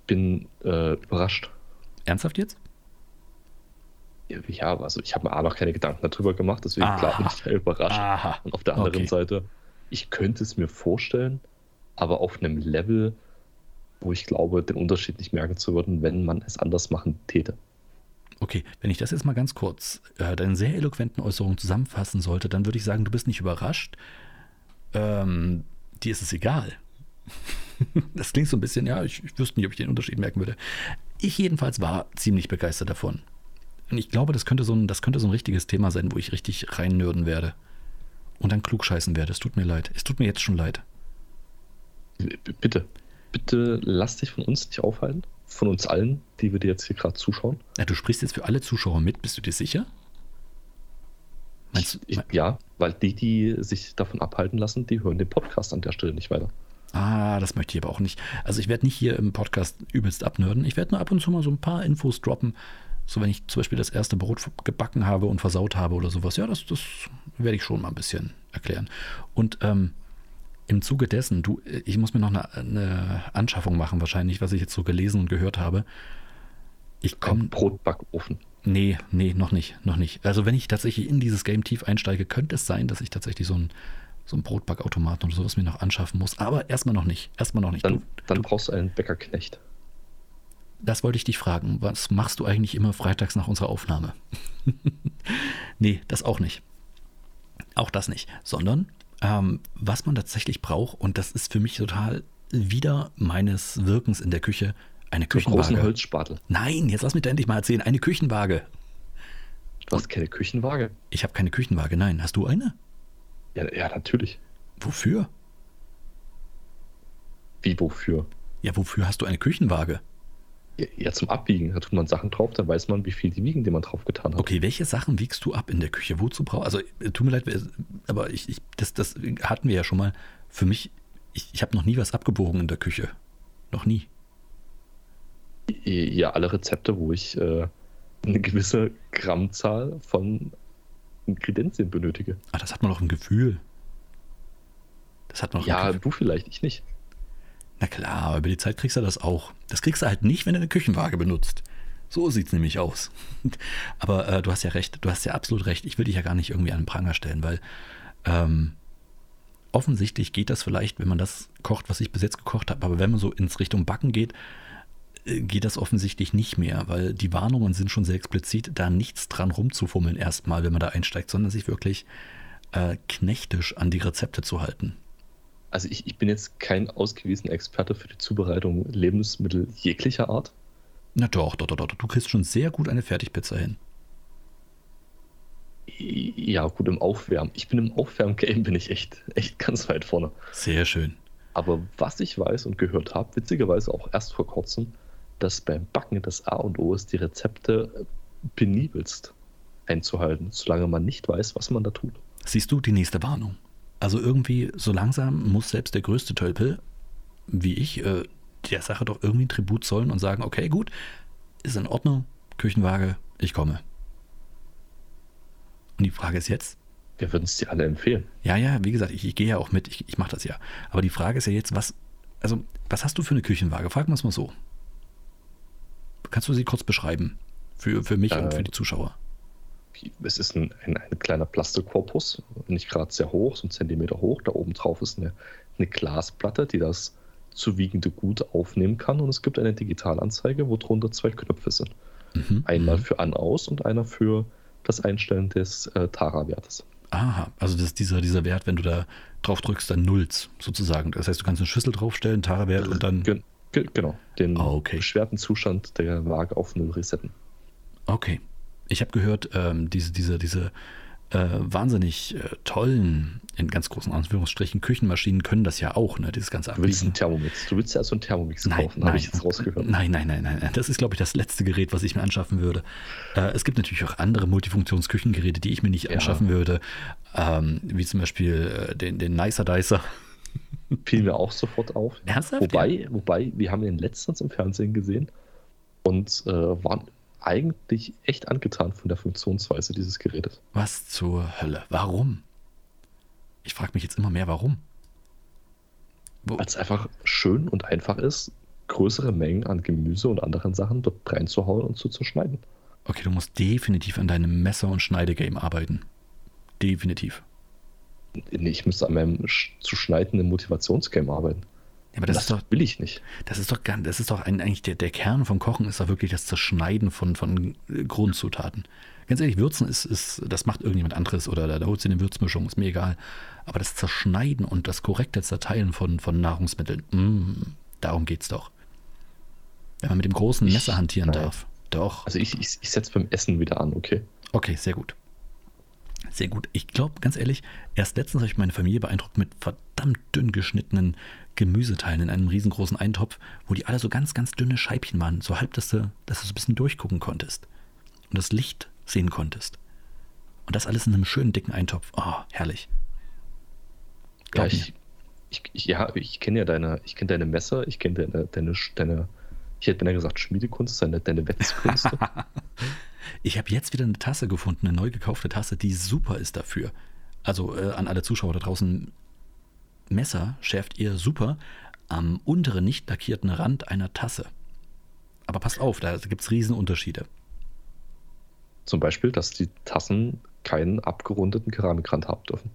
Speaker 2: Bin äh, überrascht.
Speaker 1: Ernsthaft jetzt?
Speaker 2: Ja, also ich habe mir A noch keine Gedanken darüber gemacht, deswegen
Speaker 1: Aha.
Speaker 2: klar bin ich da überrascht.
Speaker 1: Aha.
Speaker 2: Und auf der anderen
Speaker 1: Okay.
Speaker 2: Seite, ich könnte es mir vorstellen, aber auf einem Level, wo ich glaube, den Unterschied nicht merken zu würden, wenn man es anders machen täte.
Speaker 1: Okay, wenn ich das jetzt mal ganz kurz, äh, deine sehr eloquenten Äußerungen zusammenfassen sollte, dann würde ich sagen, du bist nicht überrascht. Ähm, dir ist es egal. das klingt so ein bisschen, ja, ich, ich wüsste nicht, ob ich den Unterschied merken würde. Ich jedenfalls war ziemlich begeistert davon. Und ich glaube, das könnte so ein, das könnte so ein richtiges Thema sein, wo ich richtig reinnörden werde. Und dann klugscheißen werde. Es tut mir leid. Es tut mir jetzt schon leid.
Speaker 2: B- Bitte, bitte lass dich von uns nicht aufhalten, von uns allen, die wir dir jetzt hier gerade zuschauen.
Speaker 1: Ja, du sprichst jetzt für alle Zuschauer mit, bist du dir sicher? Meinst du?
Speaker 2: Ich, ja, weil die, die sich davon abhalten lassen, die hören den Podcast an der Stelle nicht weiter.
Speaker 1: Ah, das möchte ich aber auch nicht. Also ich werde nicht hier im Podcast übelst abnörden. Ich werde nur ab und zu mal so ein paar Infos droppen. So wenn ich zum Beispiel das erste Brot gebacken habe und versaut habe oder sowas. Ja, das, das werde ich schon mal ein bisschen erklären. Und ähm, im Zuge dessen, du, ich muss mir noch eine, eine Anschaffung machen wahrscheinlich, was ich jetzt so gelesen und gehört habe. Ich komme
Speaker 2: Ein Brotbackofen.
Speaker 1: Nee, nee, noch nicht, noch nicht. Also wenn ich tatsächlich in dieses Game tief einsteige, könnte es sein, dass ich tatsächlich so einen so einen Brotbackautomaten oder sowas mir noch anschaffen muss. Aber erstmal noch nicht. Erstmal noch nicht.
Speaker 2: Dann,
Speaker 1: du, du,
Speaker 2: dann brauchst du einen Bäckerknecht.
Speaker 1: das wollte ich dich fragen. Was machst du eigentlich immer freitags nach unserer Aufnahme? nee, das auch nicht. Auch das nicht. Sondern ähm, was man tatsächlich braucht, und das ist für mich total wider meines Wirkens in der Küche, eine
Speaker 2: Einen großen
Speaker 1: Küchenwaage.
Speaker 2: Holzspatel.
Speaker 1: Nein, jetzt lass mich da endlich mal erzählen. Eine Küchenwaage.
Speaker 2: Du hast keine Küchenwaage.
Speaker 1: Ich habe keine Küchenwaage. Nein, hast du eine?
Speaker 2: Ja, ja natürlich.
Speaker 1: Wofür?
Speaker 2: Wie wofür?
Speaker 1: Ja, wofür hast du eine Küchenwaage?
Speaker 2: Ja, ja, zum Abwiegen. Da tut man Sachen drauf, dann weiß man, wie viel die wiegen, die man drauf getan hat.
Speaker 1: Okay, welche Sachen wiegst du ab in der Küche? Wozu brauchst Also, äh, tut mir leid, äh, aber ich, ich, das, das hatten wir ja schon mal. Für mich, ich, ich habe noch nie was abgebogen in der Küche. Noch nie.
Speaker 2: Ja, alle Rezepte, wo ich äh, eine gewisse Grammzahl von Kredenzien benötige.
Speaker 1: Ah, das hat man doch im Gefühl. Das hat man doch im
Speaker 2: Ja,
Speaker 1: Gefühl.
Speaker 2: du vielleicht, ich nicht.
Speaker 1: Na klar, aber über die Zeit kriegst du das auch. Das kriegst du halt nicht, wenn du eine Küchenwaage benutzt. So sieht es nämlich aus. aber äh, du hast ja recht, du hast ja absolut recht. Ich will dich ja gar nicht irgendwie an den Pranger stellen, weil ähm, offensichtlich geht das vielleicht, wenn man das kocht, was ich bis jetzt gekocht habe. Aber wenn man so ins Richtung Backen geht, äh, geht das offensichtlich nicht mehr, weil die Warnungen sind schon sehr explizit, da nichts dran rumzufummeln erstmal, wenn man da einsteigt, sondern sich wirklich äh, knechtisch an die Rezepte zu halten.
Speaker 2: Also ich, ich bin jetzt kein ausgewiesener Experte für die Zubereitung Lebensmittel jeglicher Art.
Speaker 1: Na doch, doch, doch, doch, du kriegst schon sehr gut eine Fertigpizza hin.
Speaker 2: Ja, gut, im Aufwärmen. Ich bin im Aufwärmen-Game, bin ich echt, echt ganz weit vorne.
Speaker 1: Sehr schön.
Speaker 2: Aber was ich weiß und gehört habe, witzigerweise auch erst vor kurzem, dass beim Backen das A und O ist, die Rezepte penibelst einzuhalten, solange man nicht weiß, was man da tut.
Speaker 1: Siehst du die nächste Warnung? Also irgendwie, so langsam muss selbst der größte Tölpel, wie ich, äh, der Sache doch irgendwie einen Tribut zollen und sagen, okay, gut, ist in Ordnung, Küchenwaage, ich komme. Und die Frage ist jetzt,
Speaker 2: Wir würden es dir alle empfehlen.
Speaker 1: ja, ja, wie gesagt, ich, ich gehe ja auch mit, ich, ich mache das ja. Aber die Frage ist ja jetzt, was, also, was hast du für eine Küchenwaage? Fragen wir es mal so. Kannst du sie kurz beschreiben? Für, für mich und
Speaker 2: Äh,
Speaker 1: für die Zuschauer.
Speaker 2: Es ist ein, ein, ein kleiner Plastikkorpus, nicht gerade sehr hoch, so ein Zentimeter hoch. Da oben drauf ist eine, eine Glasplatte, die das zu wiegende Gut aufnehmen kann. Und es gibt eine Digitalanzeige, wo drunter zwei Knöpfe sind.
Speaker 1: Mhm.
Speaker 2: Einmal für An-Aus und einer für das Einstellen des äh, Tara-Wertes.
Speaker 1: Aha, also das ist dieser, dieser Wert, wenn du da drauf drückst, dann nulls sozusagen. Das heißt, du kannst eine Schüssel draufstellen, Tara-Wert und dann.
Speaker 2: Gen ge genau, den
Speaker 1: Mhm. Ah, okay.
Speaker 2: beschwerten Zustand der Waage auf Null resetten.
Speaker 1: Okay. Ich habe gehört, ähm, diese, diese, diese äh, wahnsinnig äh, tollen, in ganz großen Anführungsstrichen, Küchenmaschinen können das ja auch, ne? Dieses ganze
Speaker 2: Du willst einen
Speaker 1: Abbiegen.
Speaker 2: Thermomix. Du willst ja also einen Thermomix kaufen, habe ich jetzt rausgehört.
Speaker 1: Nein, nein, nein, nein. nein. Das ist, glaube ich, das letzte Gerät, was ich mir anschaffen würde. Äh, es gibt natürlich auch andere Multifunktionsküchengeräte, die ich mir nicht
Speaker 2: Ja.
Speaker 1: anschaffen würde. Ähm, wie zum Beispiel äh, den, den Nicer Dicer.
Speaker 2: Fiel mir auch sofort auf.
Speaker 1: Ernsthaft?
Speaker 2: Wobei, wobei, wir haben den letztens im Fernsehen gesehen und äh, waren eigentlich echt angetan von der Funktionsweise dieses Gerätes.
Speaker 1: Was zur Hölle? Warum? Ich frage mich jetzt immer mehr, warum. Wo,
Speaker 2: Weil es einfach schön und einfach ist, größere Mengen an Gemüse und anderen Sachen dort reinzuhauen und zu zerschneiden.
Speaker 1: okay, du musst definitiv an deinem Messer- und Schneidegame arbeiten. Definitiv.
Speaker 2: Nee, Ich müsste an meinem sch- zu schneidenden Motivationsgame arbeiten.
Speaker 1: Ja, aber das,
Speaker 2: das
Speaker 1: ist doch,
Speaker 2: will ich nicht.
Speaker 1: das ist doch, gar- das ist doch ein, eigentlich der, der Kern vom Kochen ist doch wirklich das Zerschneiden von, von äh, Grundzutaten. Ganz ehrlich, Würzen ist, ist, das macht irgendjemand anderes oder da, da holst du dir eine Würzmischung, ist mir egal. Aber das Zerschneiden und das korrekte Zerteilen von, von Nahrungsmitteln, mm, darum geht's doch. Wenn man mit dem großen
Speaker 2: Ich-
Speaker 1: Messer hantieren
Speaker 2: nein.
Speaker 1: darf. Doch.
Speaker 2: Also ich, ich, ich setze beim Essen wieder an, okay?
Speaker 1: Okay, sehr gut. Sehr gut. Ich glaube, ganz ehrlich, erst letztens habe ich meine Familie beeindruckt mit verdammt dünn geschnittenen Gemüseteilen in einem riesengroßen Eintopf, wo die alle so ganz, ganz dünne Scheibchen waren, so halb, dass du, dass du so ein bisschen durchgucken konntest und das Licht sehen konntest. Und das alles in einem schönen, dicken Eintopf. Oh, herrlich.
Speaker 2: Ja,
Speaker 1: Glaub
Speaker 2: ich, ich, ich, ja, ich kenne ja deine, ich kenne deine Messer, ich kenne deine, deine, Sch- deine, ich hätte beinahe gesagt Schmiedekunst, deine, deine Wetzkünste.
Speaker 1: Ich habe jetzt wieder eine Tasse gefunden, eine neu gekaufte Tasse, die super ist dafür. Also äh, an alle Zuschauer da draußen, Messer schärft ihr super am unteren, nicht lackierten Rand einer Tasse. Aber passt auf, da gibt es Riesenunterschiede.
Speaker 2: Zum Beispiel, dass die Tassen keinen abgerundeten Keramikrand haben dürfen.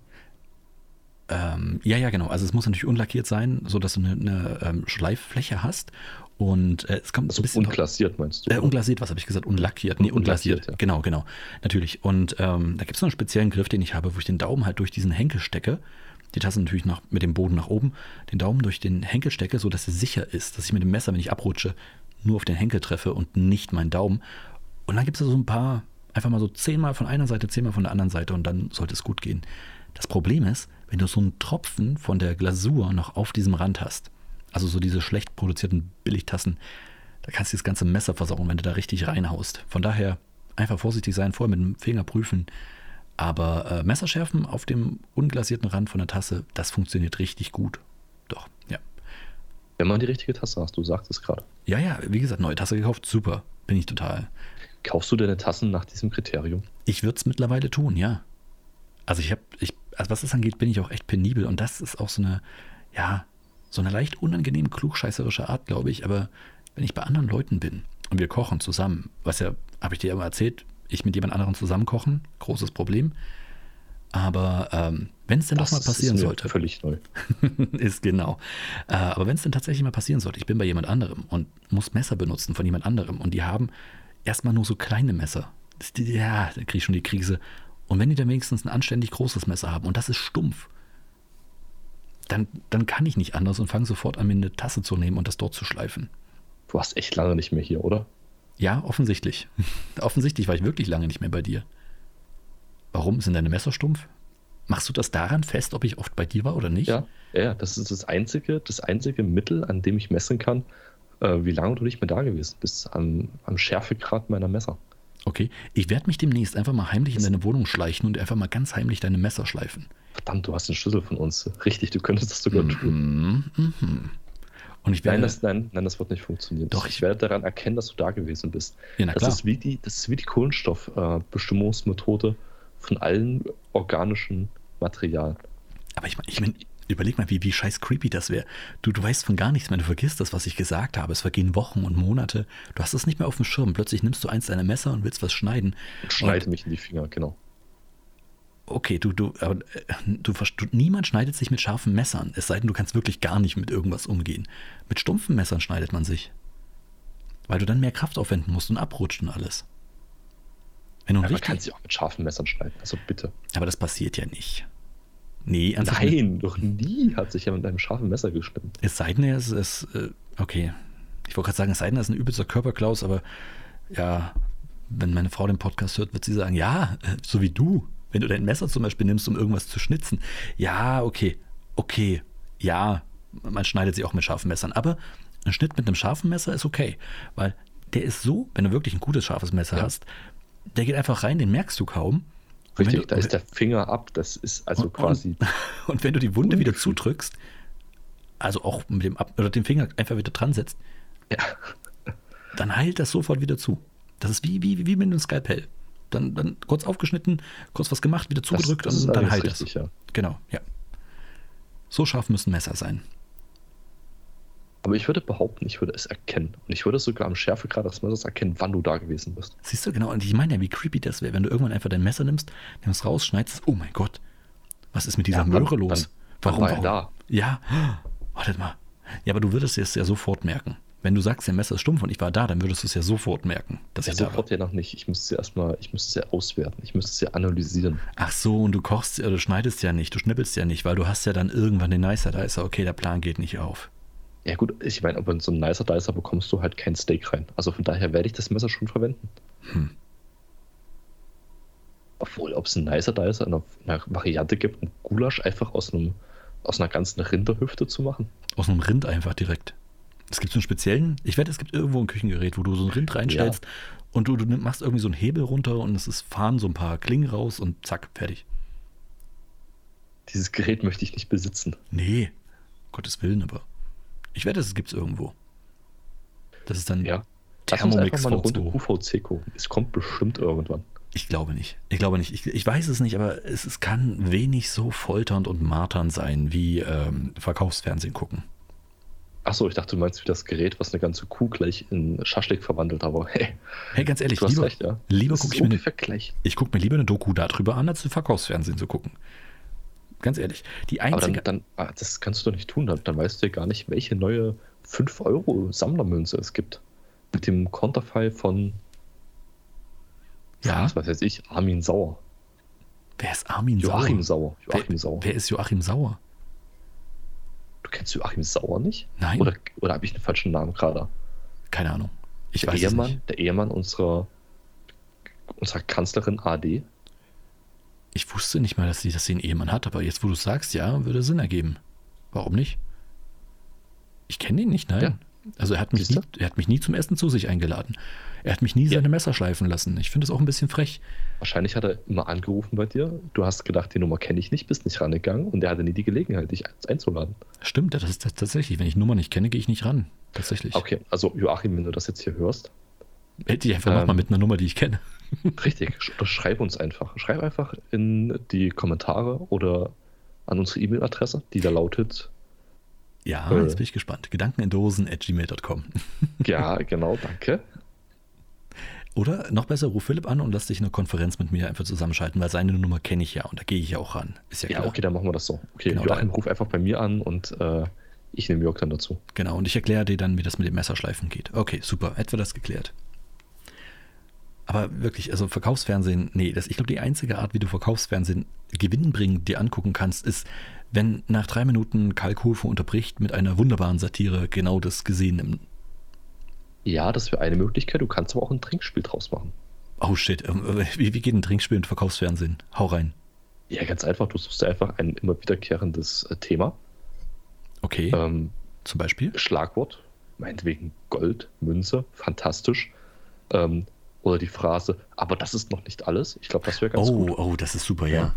Speaker 1: Ähm, ja, ja, genau. Also es muss natürlich unlackiert sein, sodass du eine, eine ähm, Schleiffläche hast. Und äh, es kommt
Speaker 2: Also
Speaker 1: ein bisschen... drauf-
Speaker 2: unklassiert, meinst du?
Speaker 1: Äh, unglasiert, was habe ich gesagt? Unlackiert. Nee, unglasiert.
Speaker 2: Unglasiert, ja.
Speaker 1: Genau, genau. Natürlich. Und ähm, da gibt es noch einen speziellen Griff, den ich habe, wo ich den Daumen halt durch diesen Henkel stecke. Die Tasse natürlich nach, mit dem Boden nach oben. Den Daumen durch den Henkel stecke, sodass er sicher ist, dass ich mit dem Messer, wenn ich abrutsche, nur auf den Henkel treffe und nicht meinen Daumen. Und dann gibt es so ein paar, einfach mal so zehnmal von einer Seite, zehnmal von der anderen Seite und dann sollte es gut gehen. Das Problem ist, wenn du so einen Tropfen von der Glasur noch auf diesem Rand hast, Also so diese schlecht produzierten Billigtassen, da kannst du das ganze Messer versauen, wenn du da richtig reinhaust. Von daher einfach vorsichtig sein, vorher mit dem Finger prüfen. Aber äh, Messerschärfen auf dem unglasierten Rand von der Tasse, das funktioniert richtig gut. Doch, ja.
Speaker 2: Wenn man die richtige Tasse hast, du sagst es gerade.
Speaker 1: Ja, ja, wie gesagt, neue Tasse gekauft, super. Bin ich total.
Speaker 2: Kaufst du deine Tassen nach diesem Kriterium?
Speaker 1: Ich würde es mittlerweile tun, ja. Also ich habe, ich, also was das angeht, bin ich auch echt penibel und das ist auch so eine, ja, so eine leicht unangenehm klugscheißerische Art, glaube ich. Aber wenn ich bei anderen Leuten bin und wir kochen zusammen, was ja, habe ich dir immer erzählt, ich mit jemand anderem zusammen kochen, großes Problem. Aber ähm, wenn es denn doch mal passieren
Speaker 2: ist mir
Speaker 1: sollte,
Speaker 2: Völlig neu.
Speaker 1: ist genau. Äh, aber wenn es denn tatsächlich mal passieren sollte, ich bin bei jemand anderem und muss Messer benutzen von jemand anderem und die haben erstmal nur so kleine Messer. Das- die- Ja, da kriege ich schon die Krise. Und wenn die dann wenigstens ein anständig großes Messer haben und das ist stumpf, dann, dann kann ich nicht anders und fange sofort an, mir eine Tasse zu nehmen und das dort zu schleifen.
Speaker 2: Du warst echt lange nicht mehr hier, oder?
Speaker 1: Ja, offensichtlich. offensichtlich war ich wirklich lange nicht mehr bei dir. Warum sind deine Messer stumpf? Machst du das daran fest, ob ich oft bei dir war oder nicht?
Speaker 2: Ja, ja, das ist das einzige, das einzige Mittel, an dem ich messen kann, äh, wie lange du nicht mehr da gewesen bist, an, am Schärfegrad meiner Messer.
Speaker 1: Okay, ich werde mich demnächst einfach mal heimlich in deine Wohnung schleichen und einfach mal ganz heimlich deine Messer schleifen.
Speaker 2: Verdammt, du hast den Schlüssel von uns. Richtig, du könntest das sogar tun.
Speaker 1: Mhm, mhm. Und ich werde.
Speaker 2: Nein das, nein, nein, das wird nicht funktionieren. Also
Speaker 1: Doch,
Speaker 2: ich werde daran erkennen, dass du da gewesen bist.
Speaker 1: ja, na
Speaker 2: Das
Speaker 1: klar.
Speaker 2: ist wie die, das ist wie die Kohlenstoffbestimmungsmethode äh, Bestimmungsmethode von allen organischen Materialien.
Speaker 1: Aber ich meine, ich mein, überleg mal, wie, wie scheiß creepy das wäre. Du, du weißt von gar nichts mehr, du vergisst das, was ich gesagt habe. Es vergehen Wochen und Monate. Du hast es nicht mehr auf dem Schirm. Plötzlich nimmst du eins deiner Messer und willst was schneiden.
Speaker 2: Und schneide mich in die Finger, genau.
Speaker 1: Okay, du, du, aber, äh, du, verst- du, niemand schneidet sich mit scharfen Messern, es sei denn, du kannst wirklich gar nicht mit irgendwas umgehen. Mit stumpfen Messern schneidet man sich. Weil du dann mehr Kraft aufwenden musst und abrutscht und alles. Wenn du
Speaker 2: Aber man
Speaker 1: richtig,
Speaker 2: kann sie auch mit scharfen Messern schneiden. Also bitte.
Speaker 1: aber das passiert ja nicht. Nee, an sich nicht.
Speaker 2: Nein, noch nie hat sich jemand mit einem scharfen Messer geschnitten.
Speaker 1: Es sei denn, es ist, äh, okay. Ich wollte gerade sagen, es sei denn, es ist ein übelster Körperklaus, aber ja, wenn meine Frau den Podcast hört, wird sie sagen, ja, äh, so wie du, wenn du dein Messer zum Beispiel nimmst, um irgendwas zu schnitzen. Ja, okay, okay, ja, man schneidet sie auch mit scharfen Messern, aber ein Schnitt mit einem scharfen Messer ist okay, weil der ist so, wenn du wirklich ein gutes scharfes Messer
Speaker 2: Ja.
Speaker 1: hast, der geht einfach rein, den merkst du kaum. Und wenn
Speaker 2: Richtig,
Speaker 1: du-
Speaker 2: da ist der Finger ab. Das ist also
Speaker 1: und-
Speaker 2: quasi.
Speaker 1: Und wenn du die Wunde wieder
Speaker 2: Ungefühlt.
Speaker 1: zudrückst, also auch mit dem Ab oder den Finger einfach wieder dran setzt,
Speaker 2: Ja.
Speaker 1: dann heilt das sofort wieder zu. Das ist wie, wie, wie mit einem Skalpell. Dann, dann kurz aufgeschnitten, kurz was gemacht, wieder zugedrückt
Speaker 2: das ist
Speaker 1: und dann heilt
Speaker 2: allerdings
Speaker 1: das.
Speaker 2: richtig, ja.
Speaker 1: Genau, ja. So scharf müssen Messer sein.
Speaker 2: Aber ich würde behaupten, ich würde es erkennen. Und ich würde sogar am Schärfegrad des Messers erkennen, wann du da gewesen bist.
Speaker 1: Siehst du genau? Und ich meine ja, wie creepy das wäre, wenn du irgendwann einfach dein Messer nimmst, nimmst raus, schneidest es. Oh mein Gott, was ist mit dieser
Speaker 2: Ja, dann-
Speaker 1: Möhre los?
Speaker 2: dann- dann war er da.
Speaker 1: Ja, wartet mal. Ja, aber du würdest es ja sofort merken. Wenn du sagst, dein Messer ist stumpf und ich war da, dann würdest du es ja sofort merken, dass
Speaker 2: Ja,
Speaker 1: ich da war.
Speaker 2: sofort ja noch nicht. Ich müsste sie erstmal, ich müsste sie auswerten. Ich müsste sie analysieren.
Speaker 1: Ach so, und du kochst, äh, du schneidest ja nicht, du schnippelst ja nicht, weil du hast ja dann irgendwann den Nicer Dicer. Okay, der Plan geht nicht auf.
Speaker 2: Ja gut, ich meine, aber in so einem nicer Dicer bekommst du halt kein Steak rein. Also von daher werde ich das Messer schon verwenden.
Speaker 1: Hm.
Speaker 2: Obwohl, ob es einen nicer Dicer in einer, in einer Variante gibt, ein Gulasch einfach aus einem aus einer ganzen Rinderhüfte zu machen.
Speaker 1: Aus einem Rind einfach direkt. Es gibt so einen speziellen, ich wette, es gibt irgendwo ein Küchengerät, wo du so ein Rind reinstellst und du, du nimm- machst irgendwie so einen Hebel runter und es ist fahren so ein paar Klingen raus und zack, fertig.
Speaker 2: Dieses Gerät möchte ich nicht besitzen.
Speaker 1: Nee, um Gottes Willen, aber ich wette, es gibt es irgendwo. Das ist dann
Speaker 2: Ja. Lass uns
Speaker 1: Thermomix
Speaker 2: einfach mal eine Runde
Speaker 1: V2.
Speaker 2: QVC gucken. Es kommt bestimmt irgendwann.
Speaker 1: Ich glaube nicht. Ich glaube nicht. Ich, ich weiß es nicht, aber es, es kann wenig so folternd und marternd sein wie ähm, Verkaufsfernsehen gucken.
Speaker 2: Achso, ich dachte, du meinst wie das Gerät, was eine ganze Kuh gleich in Schaschlik verwandelt, aber hey,
Speaker 1: Hey, ganz ehrlich,
Speaker 2: du hast
Speaker 1: lieber,
Speaker 2: recht, ja.
Speaker 1: lieber
Speaker 2: Das
Speaker 1: gucke
Speaker 2: ist
Speaker 1: ich, mir eine-
Speaker 2: ungefähr gleich.
Speaker 1: ich guck mir lieber eine Doku darüber an, als Verkaufsfernsehen zu gucken. Ganz ehrlich. Die
Speaker 2: Aber dann,
Speaker 1: einzige.
Speaker 2: dann ah, das kannst du doch nicht tun, dann, dann weißt du ja gar nicht, welche neue 5-Euro-Sammlermünze es gibt. Mit dem Konterfei von,
Speaker 1: ja,
Speaker 2: was weiß ich, Armin Sauer.
Speaker 1: wer ist Armin
Speaker 2: Joachim
Speaker 1: Sauer?
Speaker 2: Sauer. Joachim
Speaker 1: Wer,
Speaker 2: Sauer.
Speaker 1: wer ist Joachim Sauer?
Speaker 2: Du kennst Joachim Sauer nicht?
Speaker 1: Nein.
Speaker 2: Oder, oder habe ich den falschen Namen gerade?
Speaker 1: Keine Ahnung. Ich
Speaker 2: Der
Speaker 1: weiß es nicht.
Speaker 2: Ehemann, der Ehemann unserer, unserer Kanzlerin AD.
Speaker 1: Ich wusste nicht mal, dass sie, dass sie einen Ehemann hat, aber jetzt, wo du es sagst, ja, würde Sinn ergeben. Warum nicht? Ich kenne ihn nicht, nein.
Speaker 2: Ja.
Speaker 1: Also er hat, mich nie,
Speaker 2: Siehste?
Speaker 1: er hat mich nie zum Essen zu sich eingeladen. Er hat mich nie
Speaker 2: Ja.
Speaker 1: seine Messer schleifen lassen. Ich finde es auch ein bisschen frech.
Speaker 2: Wahrscheinlich hat er immer angerufen bei dir. Du hast gedacht, die Nummer kenne ich nicht, bist nicht rangegangen und er hatte nie die Gelegenheit, dich einzuladen.
Speaker 1: Stimmt, das ist das tatsächlich. Wenn ich Nummer nicht kenne, gehe ich nicht ran. Tatsächlich.
Speaker 2: Okay, also Joachim, wenn du das jetzt hier hörst,
Speaker 1: Hätte ich einfach
Speaker 2: Ähm.
Speaker 1: mal mit einer Nummer, die ich kenne.
Speaker 2: Richtig, sch- oder schreib uns einfach. Schreib einfach in die Kommentare oder an unsere E-Mail-Adresse, die da lautet.
Speaker 1: Ja,
Speaker 2: Äh.
Speaker 1: jetzt bin ich gespannt. Gedanken in Dosen at gmail.com.
Speaker 2: Ja, genau, danke.
Speaker 1: Oder noch besser, ruf Philipp an und lass dich eine Konferenz mit mir einfach zusammenschalten, weil seine Nummer kenne ich ja und da gehe ich ja auch ran. Ist ja
Speaker 2: Ja,
Speaker 1: klar.
Speaker 2: okay, dann machen wir das so. Okay,
Speaker 1: Genau,
Speaker 2: Joachim,
Speaker 1: dann-
Speaker 2: ruf einfach bei mir an und äh, ich nehme Jörg dann dazu.
Speaker 1: Genau, und ich erkläre dir dann, wie das mit dem Messerschleifen geht. Okay, super, etwa das geklärt. Aber wirklich, also Verkaufsfernsehen, nee, das, ich glaube, die einzige Art, wie du Verkaufsfernsehen gewinnbringend dir angucken kannst, ist, wenn nach drei Minuten Kalkhofe unterbricht mit einer wunderbaren Satire genau das Gesehene.
Speaker 2: Ja, das wäre eine Möglichkeit. Du kannst aber auch ein Trinkspiel draus machen.
Speaker 1: Oh shit, ähm, wie, wie geht ein Trinkspiel mit Verkaufsfernsehen? Hau rein.
Speaker 2: Ja, ganz einfach. Du suchst dir einfach ein immer wiederkehrendes äh, Thema.
Speaker 1: Okay,
Speaker 2: Ähm,
Speaker 1: zum Beispiel?
Speaker 2: Schlagwort, meinetwegen Gold, Münze, fantastisch. Ähm, oder die Phrase, aber das ist noch nicht alles. Ich glaube, das wäre ganz
Speaker 1: Oh,
Speaker 2: gut.
Speaker 1: oh, das ist super, ja.
Speaker 2: Ja.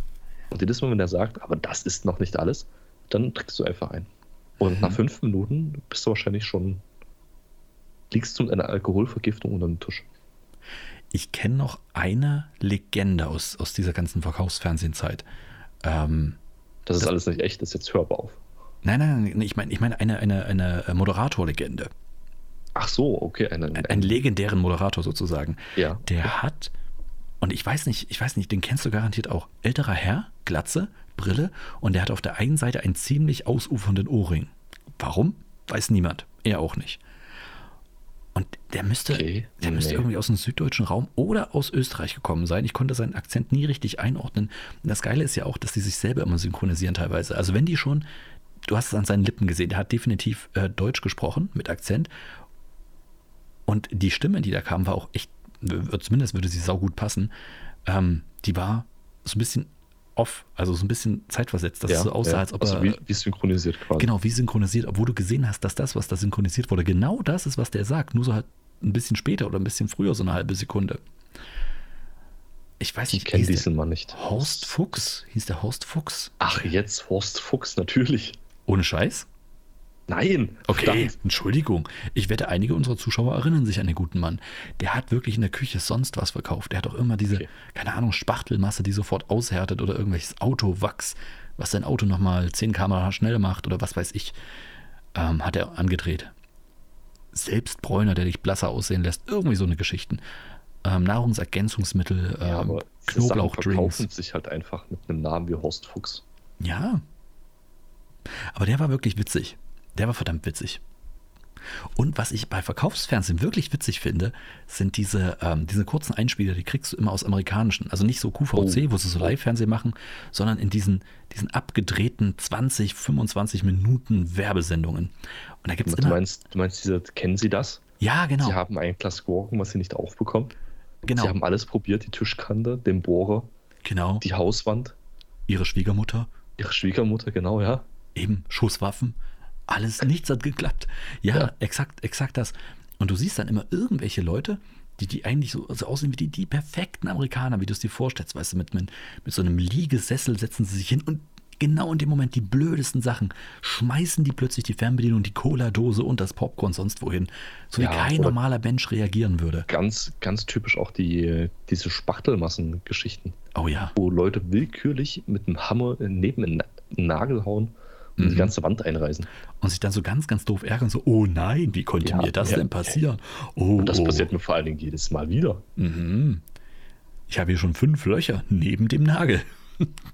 Speaker 2: Und jedes Mal, wenn er sagt, aber das ist noch nicht alles, dann trickst du einfach ein. Und
Speaker 1: Mhm.
Speaker 2: nach fünf Minuten bist du wahrscheinlich schon, liegst du mit einer Alkoholvergiftung unter dem Tisch.
Speaker 1: Ich kenne noch eine Legende aus, aus dieser ganzen Verkaufsfernsehzeit. Ähm,
Speaker 2: Das, ist alles nicht echt, das ist jetzt hörbar auf.
Speaker 1: Nein, nein, nein, ich meine ich meine eine, eine, eine äh, Moderatorlegende.
Speaker 2: Ach so, okay. Eine,
Speaker 1: Ein- Einen legendären Moderator sozusagen.
Speaker 2: Äh, ja.
Speaker 1: Der hat, und ich weiß nicht, ich weiß nicht, den kennst du garantiert auch. Älterer Herr, Glatze, Brille und der hat auf der einen Seite einen ziemlich ausufernden Ohrring. Warum? Weiß niemand. Er auch nicht. Und der müsste,
Speaker 2: Okay,
Speaker 1: der müsste
Speaker 2: nee.
Speaker 1: irgendwie aus dem süddeutschen Raum oder aus Österreich gekommen sein. Ich konnte seinen Akzent nie richtig einordnen. Und das Geile ist ja auch, dass die sich selber immer synchronisieren teilweise. Also wenn die schon, du hast es an seinen Lippen gesehen, der hat definitiv äh, Deutsch gesprochen mit Akzent. Und die Stimme, die da kam, war auch echt, äh, zumindest würde sie saugut passen. Ähm, die war so ein bisschen off, also so ein bisschen zeitversetzt, dass
Speaker 2: ja,
Speaker 1: es so aussah,
Speaker 2: ja.
Speaker 1: als ob
Speaker 2: also
Speaker 1: er
Speaker 2: wie, wie synchronisiert quasi.
Speaker 1: Genau, wie synchronisiert, obwohl du gesehen hast, dass das, was da synchronisiert wurde, genau das ist, was der sagt. Nur so halt ein bisschen später oder ein bisschen früher, so eine halbe Sekunde. Ich weiß
Speaker 2: Ich
Speaker 1: nicht,
Speaker 2: kenne
Speaker 1: hieß der
Speaker 2: diesen Mann nicht.
Speaker 1: Horst Fuchs? Hieß der Horst Fuchs?
Speaker 2: Ach, jetzt Horst Fuchs, natürlich.
Speaker 1: Ohne Scheiß?
Speaker 2: Nein.
Speaker 1: Okay,
Speaker 2: verdammt.
Speaker 1: Entschuldigung. Ich wette, einige unserer Zuschauer erinnern sich an den guten Mann. Der hat wirklich in der Küche sonst was verkauft. Der hat auch immer diese,
Speaker 2: Okay.
Speaker 1: keine Ahnung, Spachtelmasse, die sofort aushärtet oder irgendwelches Autowachs, was dein Auto nochmal 10 km/h schneller macht oder was weiß ich, ähm, hat er angedreht. Selbstbräuner, der dich blasser aussehen lässt. Irgendwie so eine Geschichten. Ähm, Nahrungsergänzungsmittel,
Speaker 2: Ja,
Speaker 1: ähm,
Speaker 2: aber diese Sachen
Speaker 1: Knoblauchdrinks.
Speaker 2: verkaufen sich halt einfach mit einem Namen wie Horst Fuchs.
Speaker 1: Ja. Aber der war wirklich witzig. Der war verdammt witzig. Und was ich bei Verkaufsfernsehen wirklich witzig finde, sind diese, ähm, diese kurzen Einspieler, die kriegst du immer aus amerikanischen. Also nicht so QVC,
Speaker 2: Oh.
Speaker 1: wo sie so Live-Fernsehen machen, sondern in diesen, diesen abgedrehten 20, 25 Minuten Werbesendungen. Und da gibt es
Speaker 2: Du
Speaker 1: immer.
Speaker 2: meinst, du meinst diese, kennen Sie das?
Speaker 1: Ja, genau.
Speaker 2: Sie haben ein Glas Gurken, was sie nicht aufbekommen. Sie
Speaker 1: genau,
Speaker 2: haben alles probiert, die Tischkante, den Bohrer,
Speaker 1: genau.
Speaker 2: die Hauswand,
Speaker 1: Ihre Schwiegermutter,
Speaker 2: ihre Schwiegermutter, genau, ja.
Speaker 1: eben Schusswaffen, alles, nichts hat geklappt. Ja,
Speaker 2: Ja.
Speaker 1: exakt, exakt das. Und du siehst dann immer irgendwelche Leute, die, die eigentlich so, so aussehen wie die, die perfekten Amerikaner, wie du es dir vorstellst, weißt du, mit, mit, mit so einem Liegesessel setzen sie sich hin und genau in dem Moment die blödesten Sachen schmeißen die plötzlich die Fernbedienung, die Cola-Dose und das Popcorn sonst wohin, so
Speaker 2: Ja,
Speaker 1: wie kein
Speaker 2: oder-
Speaker 1: normaler Mensch reagieren würde.
Speaker 2: Ganz, ganz typisch auch die, diese Spachtelmassengeschichten,
Speaker 1: Oh ja,
Speaker 2: wo Leute willkürlich mit einem Hammer neben einen Nagel hauen und
Speaker 1: Mhm.
Speaker 2: die ganze Wand einreißen.
Speaker 1: und sich dann so ganz, ganz doof ärgern, so, oh nein, wie konnte
Speaker 2: Ja,
Speaker 1: mir das
Speaker 2: ja.
Speaker 1: denn passieren? Oh,
Speaker 2: Und das
Speaker 1: oh.
Speaker 2: passiert mir vor allen Dingen jedes Mal wieder.
Speaker 1: Mhm. Ich habe hier schon fünf Löcher neben dem Nagel.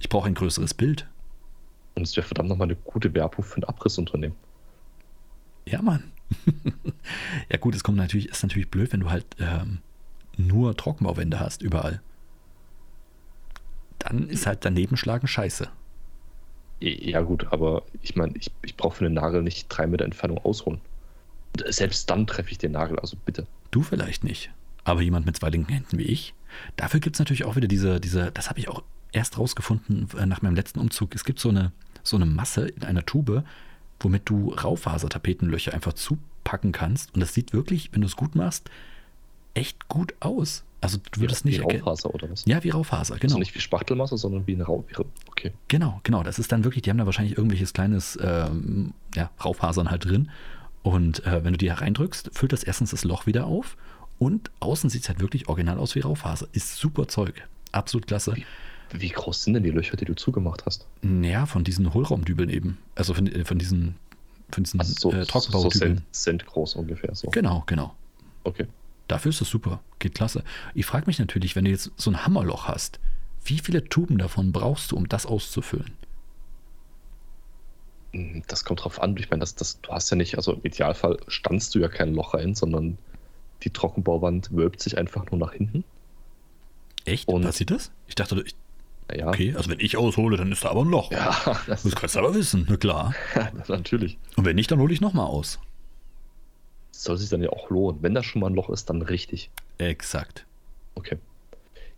Speaker 1: Ich brauche ein größeres Bild.
Speaker 2: Und es wäre verdammt nochmal eine gute Werbung für ein Abrissunternehmen.
Speaker 1: Ja, Mann. ja, gut, es kommt natürlich, ist natürlich blöd, wenn du halt ähm, nur Trockenbauwände hast, überall. Dann ist halt daneben schlagen scheiße.
Speaker 2: Ja, gut, aber ich meine, ich, ich brauche für einen Nagel nicht drei Meter Entfernung ausholen. Und Selbst dann treffe ich den Nagel, also bitte.
Speaker 1: Du vielleicht nicht, aber jemand mit zwei linken Händen wie ich. Dafür gibt es natürlich auch wieder diese, diese das habe ich auch erst rausgefunden äh, nach meinem letzten Umzug. Es gibt so eine, so eine Masse in einer Tube, womit du Raufasertapetenlöcher einfach zupacken kannst. Und das sieht wirklich, wenn du es gut machst, echt gut aus. Also du würdest nicht
Speaker 2: wie
Speaker 1: erkennen.
Speaker 2: Raufaser oder was?
Speaker 1: Ja, wie Raufaser, genau.
Speaker 2: Also nicht wie Spachtelmasse, sondern wie ein Rauch. Okay.
Speaker 1: Genau, genau. Das ist dann wirklich, die haben da wahrscheinlich irgendwelches kleines ähm, ja, Raufhasern halt drin. Und äh, wenn du die da reindrückst, füllt das erstens das Loch wieder auf. Und außen sieht es halt wirklich original aus wie Raufhaser. Ist super Zeug. Absolut klasse.
Speaker 2: Wie groß sind denn die Löcher, die du zugemacht hast?
Speaker 1: Naja, von diesen Hohlraumdübeln eben. Also von, äh, von diesen, von diesen
Speaker 2: Also so,
Speaker 1: äh,
Speaker 2: so Cent,
Speaker 1: Trockenbaudübeln.
Speaker 2: Cent groß ungefähr. So.
Speaker 1: Genau, genau.
Speaker 2: Okay.
Speaker 1: Dafür ist das super. Geht klasse. Ich frage mich natürlich, wenn du jetzt so ein Hammerloch hast, wie viele Tuben davon brauchst du, um das auszufüllen?
Speaker 2: Mm, Das kommt drauf an. Ich meine, das, das, du hast ja nicht, also im Idealfall standst du ja kein Loch rein, sondern die Trockenbauwand wölbt sich einfach nur nach hinten.
Speaker 1: Echt?
Speaker 2: Und-
Speaker 1: Passiert das? Ich dachte, ich,
Speaker 2: Naja,
Speaker 1: Okay, also wenn ich aushole, dann ist da aber ein Loch.
Speaker 2: ja, das,
Speaker 1: Das kannst du aber wissen, na klar.
Speaker 2: natürlich.
Speaker 1: Und wenn nicht, dann hole ich nochmal aus.
Speaker 2: Soll sich dann ja auch lohnen. Wenn da schon mal ein Loch ist, dann richtig.
Speaker 1: Exakt.
Speaker 2: Okay.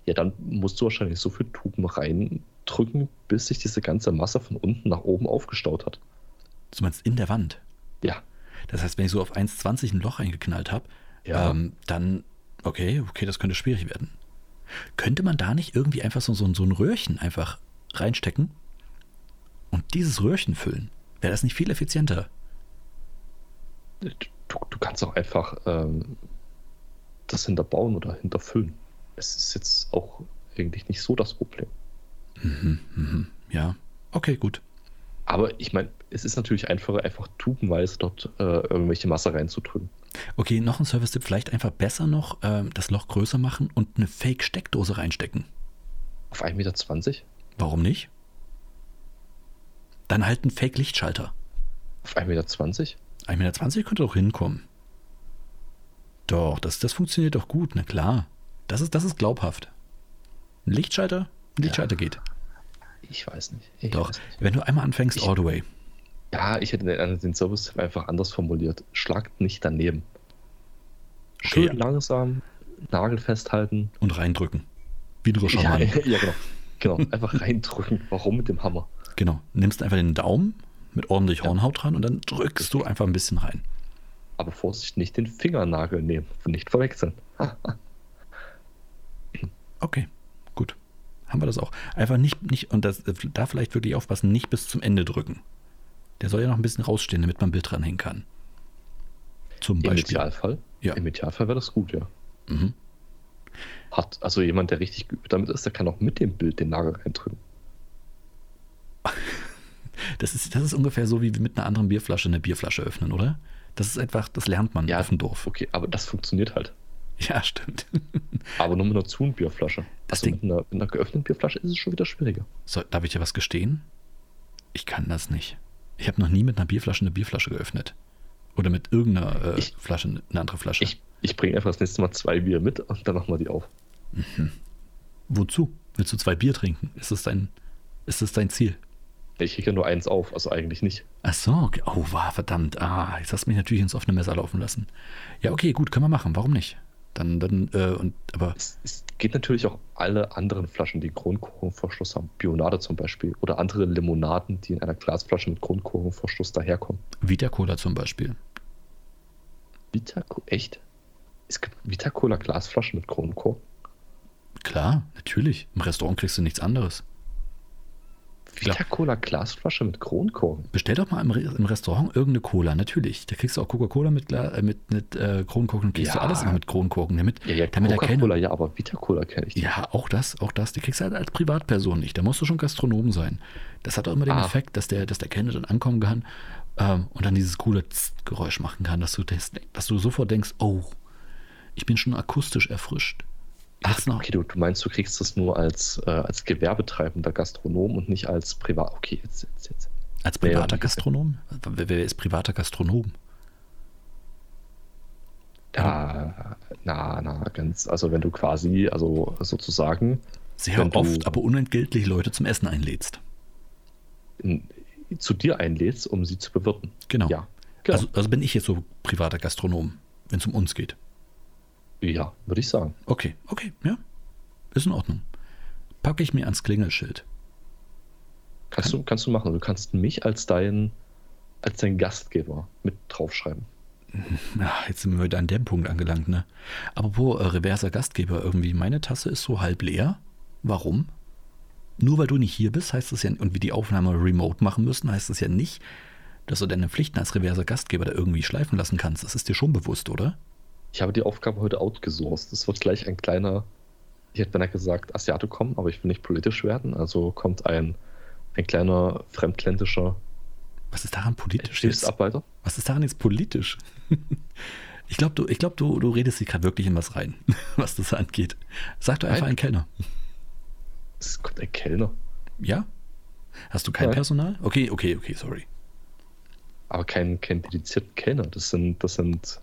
Speaker 2: Ja, dann musst du wahrscheinlich so viel Tuben reindrücken, bis sich diese ganze Masse von unten nach oben aufgestaut hat.
Speaker 1: Du meinst in der Wand.
Speaker 2: Ja.
Speaker 1: Das heißt, wenn ich so auf 1,20 ein Loch eingeknallt habe,
Speaker 2: Ja.
Speaker 1: ähm, dann, okay, okay, das könnte schwierig werden. Könnte man da nicht irgendwie einfach so, so, ein- so ein Röhrchen einfach reinstecken und dieses Röhrchen füllen? Wäre das nicht viel effizienter?
Speaker 2: Du, du kannst auch einfach ähm, das hinterbauen oder hinterfüllen. Es ist jetzt auch eigentlich nicht so das Problem.
Speaker 1: Ja. Okay, gut.
Speaker 2: Aber ich meine, es ist natürlich einfacher, einfach tubenweise dort äh, irgendwelche Masse reinzudrücken.
Speaker 1: Okay, noch ein Service-Tipp. Vielleicht einfach besser noch ähm, das Loch größer machen und eine Fake-Steckdose reinstecken.
Speaker 2: Auf 1,20 Meter?
Speaker 1: Warum nicht? Dann halt ein Fake-Lichtschalter.
Speaker 2: Auf 1,20 Meter?
Speaker 1: 1,20 Meter könnte doch hinkommen. Doch, das, das funktioniert doch gut, na klar. Das ist, das ist glaubhaft. Ein Lichtschalter? Ein Lichtschalter geht.
Speaker 2: Ich weiß nicht. Ich
Speaker 1: Doch,
Speaker 2: Weiß nicht.
Speaker 1: wenn du einmal anfängst,
Speaker 2: Ich-
Speaker 1: all the way.
Speaker 2: Ja, ich hätte den, den Service einfach anders formuliert. Schlagt nicht daneben. Schön
Speaker 1: Okay.
Speaker 2: langsam, Nagel festhalten.
Speaker 1: Und reindrücken. Wie du schon
Speaker 2: Ja,
Speaker 1: mal.
Speaker 2: ja, genau. Genau, einfach reindrücken. Warum mit dem Hammer?
Speaker 1: Genau. Nimmst einfach den Daumen mit ordentlich Hornhaut dran und dann drückst du einfach ein bisschen rein.
Speaker 2: Aber Vorsicht, nicht den Fingernagel nehmen. Nicht verwechseln.
Speaker 1: Okay, gut. Haben wir das auch. Einfach nicht, nicht und das, da vielleicht wirklich aufpassen, nicht bis zum Ende drücken. Der soll ja noch ein bisschen rausstehen, damit man ein Bild dranhängen kann. Zum
Speaker 2: Im
Speaker 1: Beispiel.
Speaker 2: Idealfall?
Speaker 1: Ja.
Speaker 2: Im Idealfall wäre das gut, ja.
Speaker 1: Mhm.
Speaker 2: Hat also jemand, der richtig geübt damit ist, der kann auch mit dem Bild den Nagel reindrücken.
Speaker 1: Das, ist, das ist ungefähr so wie mit einer anderen Bierflasche eine Bierflasche öffnen, oder? Das ist einfach, das lernt man
Speaker 2: Ja.
Speaker 1: auf dem Dorf.
Speaker 2: Okay, aber das funktioniert halt.
Speaker 1: Ja, stimmt.
Speaker 2: Aber nur mit einer Zun-Bierflasche.
Speaker 1: Das
Speaker 2: Also
Speaker 1: Ding-
Speaker 2: mit einer, mit einer geöffneten Bierflasche ist es schon wieder schwieriger.
Speaker 1: So, darf ich dir was gestehen? Ich kann das nicht. Ich habe noch nie mit einer Bierflasche eine Bierflasche geöffnet. Oder mit irgendeiner äh,
Speaker 2: Ich-
Speaker 1: Flasche, eine andere Flasche.
Speaker 2: Ich, ich bringe einfach das nächste Mal zwei Bier mit und dann machen wir die auf.
Speaker 1: Wozu? Willst du zwei Bier trinken? Ist das dein, ist das dein Ziel?
Speaker 2: Ich kriege ja nur eins auf, also eigentlich nicht.
Speaker 1: Ach so, okay. oh, war verdammt. Ah, jetzt hast du mich natürlich ins offene Messer laufen lassen. Ja, okay, gut, können wir machen. Warum nicht? Dann, dann, äh, und, aber
Speaker 2: Es, es geht natürlich auch alle anderen Flaschen, die Kronkorkenverschluss haben. Bionade zum Beispiel. Oder andere Limonaden, die in einer Glasflasche mit Kronkorkenverschluss daherkommen.
Speaker 1: Vita Cola zum Beispiel.
Speaker 2: Vita echt? Es gibt Vita Cola Glasflaschen mit Kronkorken.
Speaker 1: Klar, natürlich. Im Restaurant kriegst du nichts anderes. Klar.
Speaker 2: Vita Cola Glasflasche mit Kronkorken.
Speaker 1: Bestell doch mal im, Re- im Restaurant irgendeine Cola, natürlich. Da kriegst du auch Coca-Cola mit, Gla- äh, mit, mit äh, Kronkorken, kriegst
Speaker 2: Ja.
Speaker 1: du alles immer mit Kronkorken, damit,
Speaker 2: Ja, ja,
Speaker 1: damit da
Speaker 2: Coca-Cola,
Speaker 1: keine.
Speaker 2: ja, aber Vita Cola kenne ich nicht.
Speaker 1: Ja, auch das, auch das. Die kriegst du halt als Privatperson nicht. Da musst du schon Gastronom sein. Das hat auch immer den
Speaker 2: Ah.
Speaker 1: Effekt, dass der, dass der Kellner dann ankommen kann ähm, und dann dieses coole Tzt Geräusch machen kann, dass du, das, dass du sofort denkst, oh, ich bin schon akustisch erfrischt. Jetzt noch,
Speaker 2: Okay, du, du meinst, du kriegst das nur als, äh, als gewerbetreibender Gastronom und nicht als Privat. Okay, jetzt, jetzt, jetzt.
Speaker 1: Als
Speaker 2: Nee,
Speaker 1: privater
Speaker 2: und-
Speaker 1: Gastronom? Wer, wer ist privater Gastronom?
Speaker 2: Na, na, na, ganz. Also, wenn du quasi, also sozusagen,
Speaker 1: Sehr
Speaker 2: Wenn du-
Speaker 1: oft, aber unentgeltlich Leute zum Essen einlädst.
Speaker 2: in, zu dir einlädst, um sie zu bewirten.
Speaker 1: Genau.
Speaker 2: Ja, genau.
Speaker 1: Also, also bin ich jetzt so privater Gastronom, wenn es um uns geht.
Speaker 2: ja, würde ich sagen.
Speaker 1: Okay, okay, ja. Ist in Ordnung. Packe ich mir ans Klingelschild.
Speaker 2: Kannst, du, kannst du machen. Du kannst mich als deinen als dein Gastgeber mit draufschreiben.
Speaker 1: Ja, jetzt sind wir wieder an dem Punkt angelangt, ne? Apropos äh, reverser Gastgeber, irgendwie, meine Tasse ist so halb leer. Warum? Nur weil du nicht hier bist, heißt das ja, und wir die Aufnahme remote machen müssen, heißt das ja nicht, dass du deine Pflichten als reverser Gastgeber da irgendwie schleifen lassen kannst. Das ist dir schon bewusst, oder?
Speaker 2: Ich habe die Aufgabe heute outgesourced. Es wird gleich ein kleiner, ich hätte beinahe gesagt, Asiate kommen, aber ich will nicht politisch werden. Also kommt ein, ein kleiner fremdländischer
Speaker 1: Was ist daran politisch jetzt?
Speaker 2: Hilfsarbeiter.
Speaker 1: Was ist daran jetzt politisch? Ich glaube, du, ich glaub, du, du redest hier gerade wirklich in was rein, was das angeht. Sag doch einfach
Speaker 2: Nein.
Speaker 1: einen Kellner.
Speaker 2: Es kommt ein Kellner.
Speaker 1: Ja? Hast du kein
Speaker 2: Nein.
Speaker 1: Personal? Okay, okay, okay, sorry.
Speaker 2: Aber kein, kein dedizierten Kellner. Das sind, das sind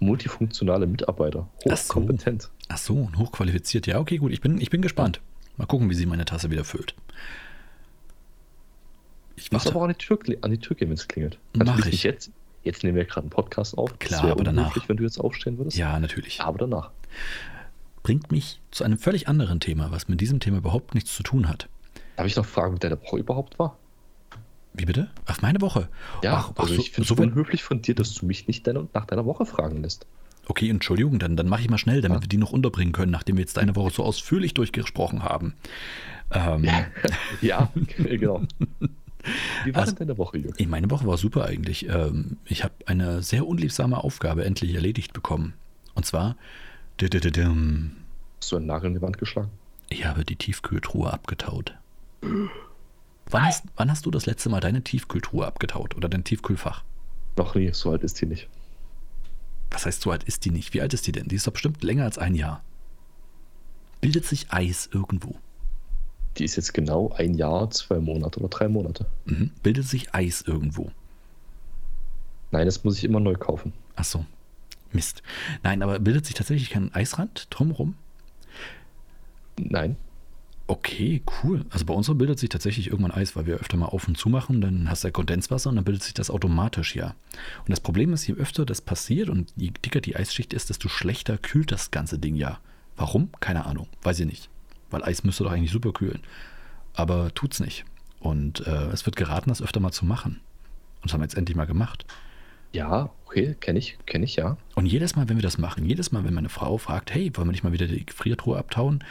Speaker 2: multifunktionale Mitarbeiter.
Speaker 1: Ach so.
Speaker 2: Hochkompetent.
Speaker 1: Ach so, und hochqualifiziert. Ja, okay, gut. Ich bin, ich bin gespannt. Mal gucken, wie sie meine Tasse wieder füllt. Ich
Speaker 2: Muss aber
Speaker 1: warte.
Speaker 2: auch an die Tür, kle- an die Tür gehen, wenn es klingelt.
Speaker 1: Mach
Speaker 2: Natürlich
Speaker 1: ich.
Speaker 2: nicht jetzt. Jetzt nehmen wir gerade einen Podcast auf.
Speaker 1: Klar,
Speaker 2: wäre
Speaker 1: aber danach.
Speaker 2: unhöflich, wenn du jetzt aufstehen würdest.
Speaker 1: Ja, natürlich.
Speaker 2: Aber danach.
Speaker 1: Bringt mich zu einem völlig anderen Thema, was mit diesem Thema überhaupt nichts zu tun hat.
Speaker 2: Darf ich noch fragen, wie deine Woche überhaupt war?
Speaker 1: Wie bitte? Ach, meine Woche.
Speaker 2: Ja,
Speaker 1: ach, ach
Speaker 2: also
Speaker 1: so,
Speaker 2: ich finde es
Speaker 1: so weit-
Speaker 2: unhöflich von dir, dass du mich nicht deine, nach deiner Woche fragen lässt.
Speaker 1: Okay, Entschuldigung, dann, dann mache ich mal schnell, damit
Speaker 2: Ja.
Speaker 1: wir die noch unterbringen können, nachdem wir jetzt eine Woche so ausführlich durchgesprochen haben. Ähm,
Speaker 2: Ja, genau. Wie war
Speaker 1: Also-
Speaker 2: denn deine Woche, Jürgen?
Speaker 1: ich- Meine Woche war super eigentlich. Ähm, ich habe eine sehr unliebsame Aufgabe endlich erledigt bekommen. Und zwar, dü-dü-dü-düm,
Speaker 2: Hast du einen Nagel in die Wand geschlagen?
Speaker 1: ich habe die Tiefkühltruhe abgetaut. Wann hast, wann hast du das letzte Mal deine Tiefkühltruhe abgetaut oder dein Tiefkühlfach?
Speaker 2: Noch nie, so alt ist die nicht.
Speaker 1: Was heißt, so alt ist die nicht? Wie alt ist die denn? Die ist doch bestimmt länger als ein Jahr. Bildet sich Eis irgendwo?
Speaker 2: Die ist jetzt genau ein Jahr, zwei Monate oder drei Monate.
Speaker 1: Mhm. Bildet sich Eis irgendwo?
Speaker 2: Nein, das muss ich immer neu kaufen.
Speaker 1: Ach so. Mist. Nein, aber bildet sich tatsächlich kein Eisrand drumherum?
Speaker 2: Nein,
Speaker 1: Okay, cool. Also bei unserer bildet sich tatsächlich irgendwann Eis, weil wir öfter mal auf und zu machen, dann hast du ja Kondenswasser und dann bildet sich das automatisch ja. Und das Problem ist, je öfter das passiert und je dicker die Eisschicht ist, desto schlechter kühlt das ganze Ding ja. Warum? Keine Ahnung. Weiß ich nicht. Weil Eis müsste doch eigentlich super kühlen. Aber tut's nicht. Und äh, es wird geraten, das öfter mal zu machen. Und das haben wir jetzt endlich mal gemacht.
Speaker 2: ja, okay, kenne ich, kenne ich, ja.
Speaker 1: Und jedes Mal, wenn wir das machen, jedes Mal, wenn meine Frau fragt, hey, wollen wir nicht mal wieder die Gefriertruhe abtauen,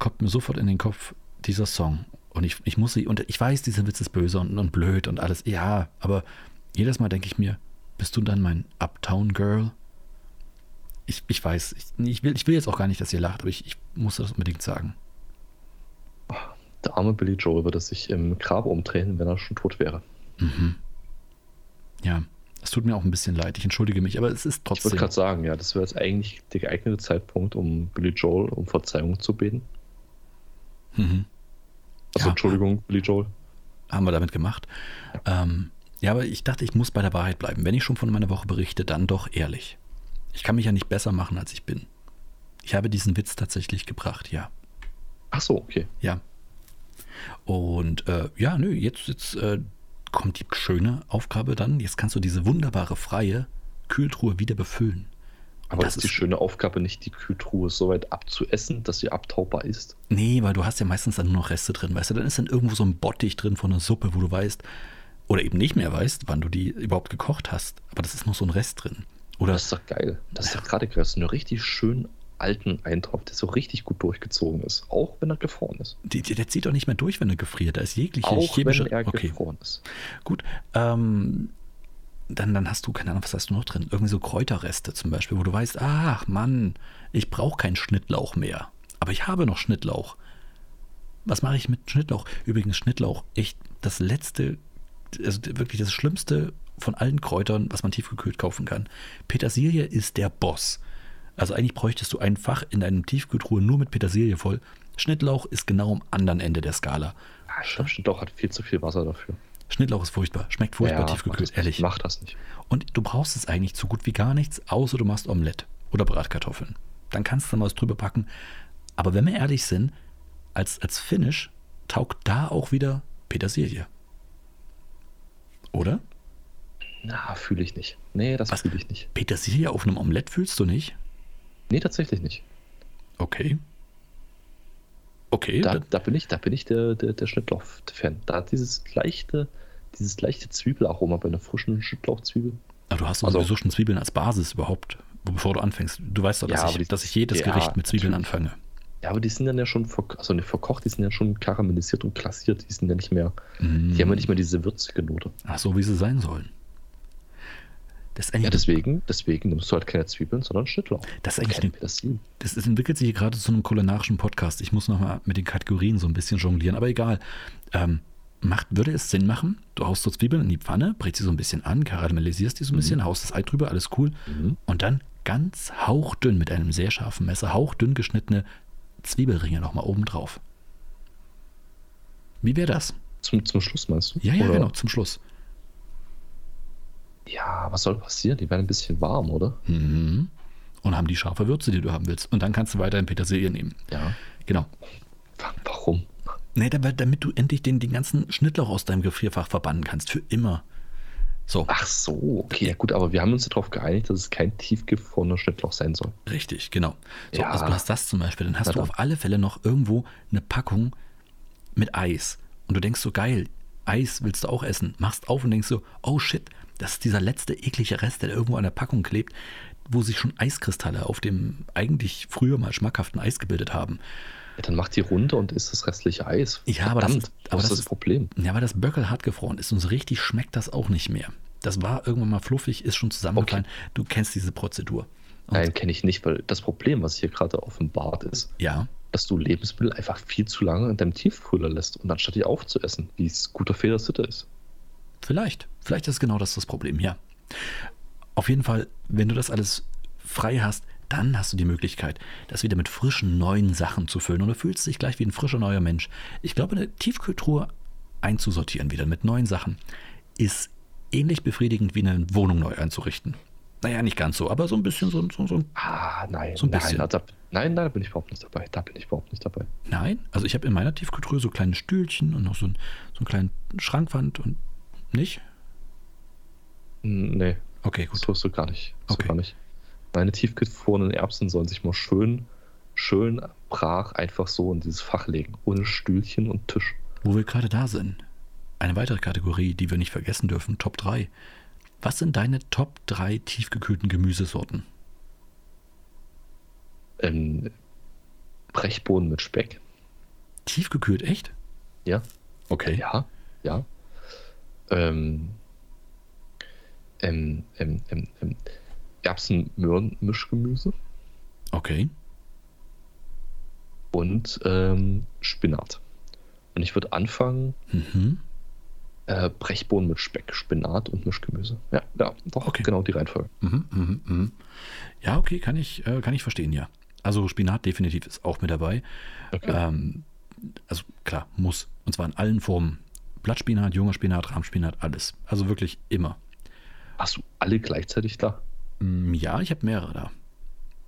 Speaker 1: kommt mir sofort in den Kopf dieser Song. Und ich, ich muss sie, und ich weiß, dieser Witz ist böse und, und blöd und alles. Ja, aber jedes Mal denke ich mir, bist du dann mein Uptown Girl? Ich, ich weiß, ich, ich, will, ich will jetzt auch gar nicht, dass ihr lacht, aber ich, ich muss das unbedingt sagen.
Speaker 2: Der arme Billy Joel würde sich im Grab umdrehen, wenn er schon tot wäre.
Speaker 1: Ja, es tut mir auch ein bisschen leid, ich entschuldige mich, aber es ist
Speaker 2: Ich würde
Speaker 1: trotzdem.
Speaker 2: gerade sagen, ja, das wäre jetzt eigentlich der geeignete Zeitpunkt, um Billy Joel um Verzeihung zu beten.
Speaker 1: Mhm.
Speaker 2: Also
Speaker 1: Ja.
Speaker 2: Entschuldigung, Billy Joel.
Speaker 1: haben wir damit gemacht. Ähm, ja, aber ich dachte, ich muss bei der Wahrheit bleiben. Wenn ich schon von meiner Woche berichte, dann doch ehrlich. Ich kann mich ja nicht besser machen, als ich bin. Ich habe diesen Witz tatsächlich gebracht, ja.
Speaker 2: Ach so, okay.
Speaker 1: Ja. Und äh, ja, nö, jetzt, jetzt äh, kommt die schöne Aufgabe dann. Jetzt kannst du diese wunderbare freie Kühltruhe wieder befüllen. Und
Speaker 2: Aber das ist die schöne Aufgabe, nicht die Kühltruhe so weit abzuessen, dass sie abtaubar ist.
Speaker 1: Nee, weil du hast ja meistens dann nur noch Reste drin, weißt du? Dann ist dann irgendwo so ein Bottich drin von einer Suppe, wo du weißt, oder eben nicht mehr weißt, wann du die überhaupt gekocht hast. Aber das ist noch so ein Rest drin. Oder
Speaker 2: Das ist doch geil. Das ist doch gerade geil. Das ist einen richtig schönen alten Eintopf, der so richtig gut durchgezogen ist. Auch wenn er gefroren ist.
Speaker 1: die, die, der zieht doch nicht mehr durch, wenn er gefriert. Da ist jegliche
Speaker 2: Auch
Speaker 1: chemische.
Speaker 2: wenn er
Speaker 1: okay,
Speaker 2: gefroren ist.
Speaker 1: gut. Ähm, dann, dann hast du, keine Ahnung, was hast du noch drin? Irgendwie so Kräuterreste zum Beispiel, wo du weißt, ach Mann, ich brauche keinen Schnittlauch mehr. Aber ich habe noch Schnittlauch. Was mache ich mit Schnittlauch? Übrigens, Schnittlauch, echt das letzte, also wirklich das Schlimmste von allen Kräutern, was man tiefgekühlt kaufen kann. Petersilie ist der Boss. Also eigentlich bräuchtest du ein Fach in deinem Tiefkühltruhe nur mit Petersilie voll. Schnittlauch ist genau am anderen Ende der Skala.
Speaker 2: Ah, ich glaube, Schnittlauch hat viel zu viel Wasser dafür.
Speaker 1: Schnittlauch ist furchtbar, schmeckt furchtbar
Speaker 2: mach das
Speaker 1: tiefgekühlt,
Speaker 2: nicht.
Speaker 1: ehrlich.
Speaker 2: Mach das nicht.
Speaker 1: Und du brauchst es eigentlich so gut wie gar nichts, außer du machst Omelette oder Bratkartoffeln. Dann kannst du mal was drüber packen. Aber wenn wir ehrlich sind, als, als Finish taugt da auch wieder Petersilie. Oder?
Speaker 2: Na, fühle ich nicht. Nee, das
Speaker 1: Was?
Speaker 2: fühle ich nicht.
Speaker 1: Petersilie auf einem Omelett fühlst du nicht?
Speaker 2: Nee, tatsächlich nicht.
Speaker 1: Okay. Okay,
Speaker 2: Da,
Speaker 1: dann-
Speaker 2: da bin ich, da bin ich der, der, der Schnittlauch-Fan. Da hat dieses leichte, dieses leichte Zwiebelaroma bei einer frischen Schnittlauchzwiebel.
Speaker 1: Aber Ah, du hast doch
Speaker 2: Also-
Speaker 1: sowieso schon Zwiebeln als Basis überhaupt, bevor du anfängst. Du weißt doch, dass,
Speaker 2: Ja, aber
Speaker 1: ich,
Speaker 2: die-
Speaker 1: dass ich jedes
Speaker 2: ja,
Speaker 1: Gericht mit Zwiebeln
Speaker 2: natürlich.
Speaker 1: anfange.
Speaker 2: Ja, aber die sind dann ja schon, verk also nicht verkocht, die sind ja schon karamellisiert und glasiert. Die sind ja nicht mehr,
Speaker 1: Mm.
Speaker 2: die haben ja nicht mehr diese würzige Note.
Speaker 1: Ach so, wie sie sein sollen. Das ist
Speaker 2: Ja,
Speaker 1: eigentlich,
Speaker 2: deswegen, deswegen nimmst du halt keine Zwiebeln, sondern Schnittlauch.
Speaker 1: Das ist eigentlich
Speaker 2: Keine
Speaker 1: eine-
Speaker 2: Petersilie.
Speaker 1: das ist, entwickelt sich hier gerade zu einem kulinarischen Podcast. Ich muss nochmal mit den Kategorien so ein bisschen jonglieren, aber egal. Ähm, macht, würde es Sinn machen? Du haust so Zwiebeln in die Pfanne, brätst sie so ein bisschen an, karamellisierst die so ein bisschen, haust das Ei drüber, alles cool. Und dann ganz hauchdünn mit einem sehr scharfen Messer, hauchdünn geschnittene Zwiebelringe nochmal oben drauf. Wie wäre das?
Speaker 2: Zum, zum Schluss meinst du?
Speaker 1: Ja, ja,
Speaker 2: Oder-
Speaker 1: genau, zum Schluss.
Speaker 2: Ja, was soll passieren? Die werden ein bisschen warm, oder?
Speaker 1: Mhm. Und haben die scharfe Würze, die du haben willst. Und dann kannst du weiterhin Petersilie nehmen.
Speaker 2: Ja.
Speaker 1: Genau.
Speaker 2: Warum?
Speaker 1: Nee, damit, damit du endlich den, den ganzen Schnittlauch aus deinem Gefrierfach verbannen kannst. Für immer. So,
Speaker 2: Ach so, okay. Ja, gut, aber wir haben uns ja darauf geeinigt, dass es kein tiefgefrorener Schnittlauch sein soll.
Speaker 1: richtig, genau. So,
Speaker 2: Ja.
Speaker 1: also du hast das zum Beispiel. Dann hast
Speaker 2: Na
Speaker 1: du
Speaker 2: dann.
Speaker 1: auf alle Fälle noch irgendwo eine Packung mit Eis. Und du denkst so, geil, Eis willst du auch essen. Machst auf und denkst so, oh shit, das ist dieser letzte eklige Rest, der irgendwo an der Packung klebt, wo sich schon Eiskristalle auf dem eigentlich früher mal schmackhaften Eis gebildet haben.
Speaker 2: Ja, dann mach die runter und isst das restliche Eis.
Speaker 1: Ja, aber das
Speaker 2: Verdammt,
Speaker 1: ist- aber das
Speaker 2: was ist das
Speaker 1: ist-
Speaker 2: Problem.
Speaker 1: Ja, weil das Böckel hart gefroren ist und so richtig schmeckt das auch nicht mehr. Das war irgendwann mal fluffig, ist schon zusammengefallen. Du kennst diese Prozedur. Und-
Speaker 2: Nein, kenne ich nicht, weil das Problem, was hier gerade offenbart ist,
Speaker 1: Ja,
Speaker 2: dass du Lebensmittel einfach viel zu lange in deinem Tiefkühler lässt und anstatt die aufzuessen, wie es guter Fehler Sitte ist.
Speaker 1: vielleicht. Vielleicht ist genau das das Problem, ja. Auf jeden Fall, wenn du das alles frei hast, dann hast du die Möglichkeit, das wieder mit frischen, neuen Sachen zu füllen. Und du fühlst dich gleich wie ein frischer, neuer Mensch. Ich glaube, eine Tiefkühltruhe einzusortieren wieder mit neuen Sachen ist ähnlich befriedigend wie eine Wohnung neu einzurichten. Naja, nicht ganz so, aber so ein bisschen so, so, so ein
Speaker 2: Ah, nein,
Speaker 1: So ein
Speaker 2: nein,
Speaker 1: bisschen.
Speaker 2: da, nein, nein, da bin ich überhaupt nicht dabei. Da bin ich überhaupt nicht dabei.
Speaker 1: Nein, also ich habe in meiner Tiefkultur so kleine Stühlchen und noch so, ein, so einen kleinen Schrankwand und nicht?
Speaker 2: Hm, Nee,
Speaker 1: Okay, gut.
Speaker 2: so, so gar nicht. So
Speaker 1: Okay.
Speaker 2: gar nicht. Meine tiefgefrorenen Erbsen sollen sich mal schön, schön brach einfach so in dieses Fach legen, ohne Stühlchen und Tisch.
Speaker 1: Wo wir gerade da sind. Eine weitere Kategorie, die wir nicht vergessen dürfen, Top 3. Was sind deine Top 3 tiefgekühlten Gemüsesorten?
Speaker 2: Ähm, Brechbohnen mit Speck.
Speaker 1: Tiefgekühlt, echt?
Speaker 2: Ja.
Speaker 1: Okay.
Speaker 2: Ja. Ja. Ähm, ähm, ähm, ähm, ähm, Erbsen-Möhren-Mischgemüse
Speaker 1: Okay.
Speaker 2: und ähm, Spinat. Und ich würde anfangen,
Speaker 1: Mhm.
Speaker 2: äh, Brechbohnen mit Speck, Spinat und Mischgemüse. Ja, ja doch,
Speaker 1: Okay.
Speaker 2: genau die Reihenfolge.
Speaker 1: Mhm, mhm, mhm. Ja, okay, kann ich, äh, kann ich verstehen, ja. Also Spinat definitiv ist auch mit dabei.
Speaker 2: Okay.
Speaker 1: Ähm, also klar, muss. Und zwar in allen Formen. Blattspinat, junger Spinat, Rahmspinat, alles. Also wirklich immer.
Speaker 2: Hast du alle gleichzeitig da?
Speaker 1: Mm, Ja, ich habe mehrere da.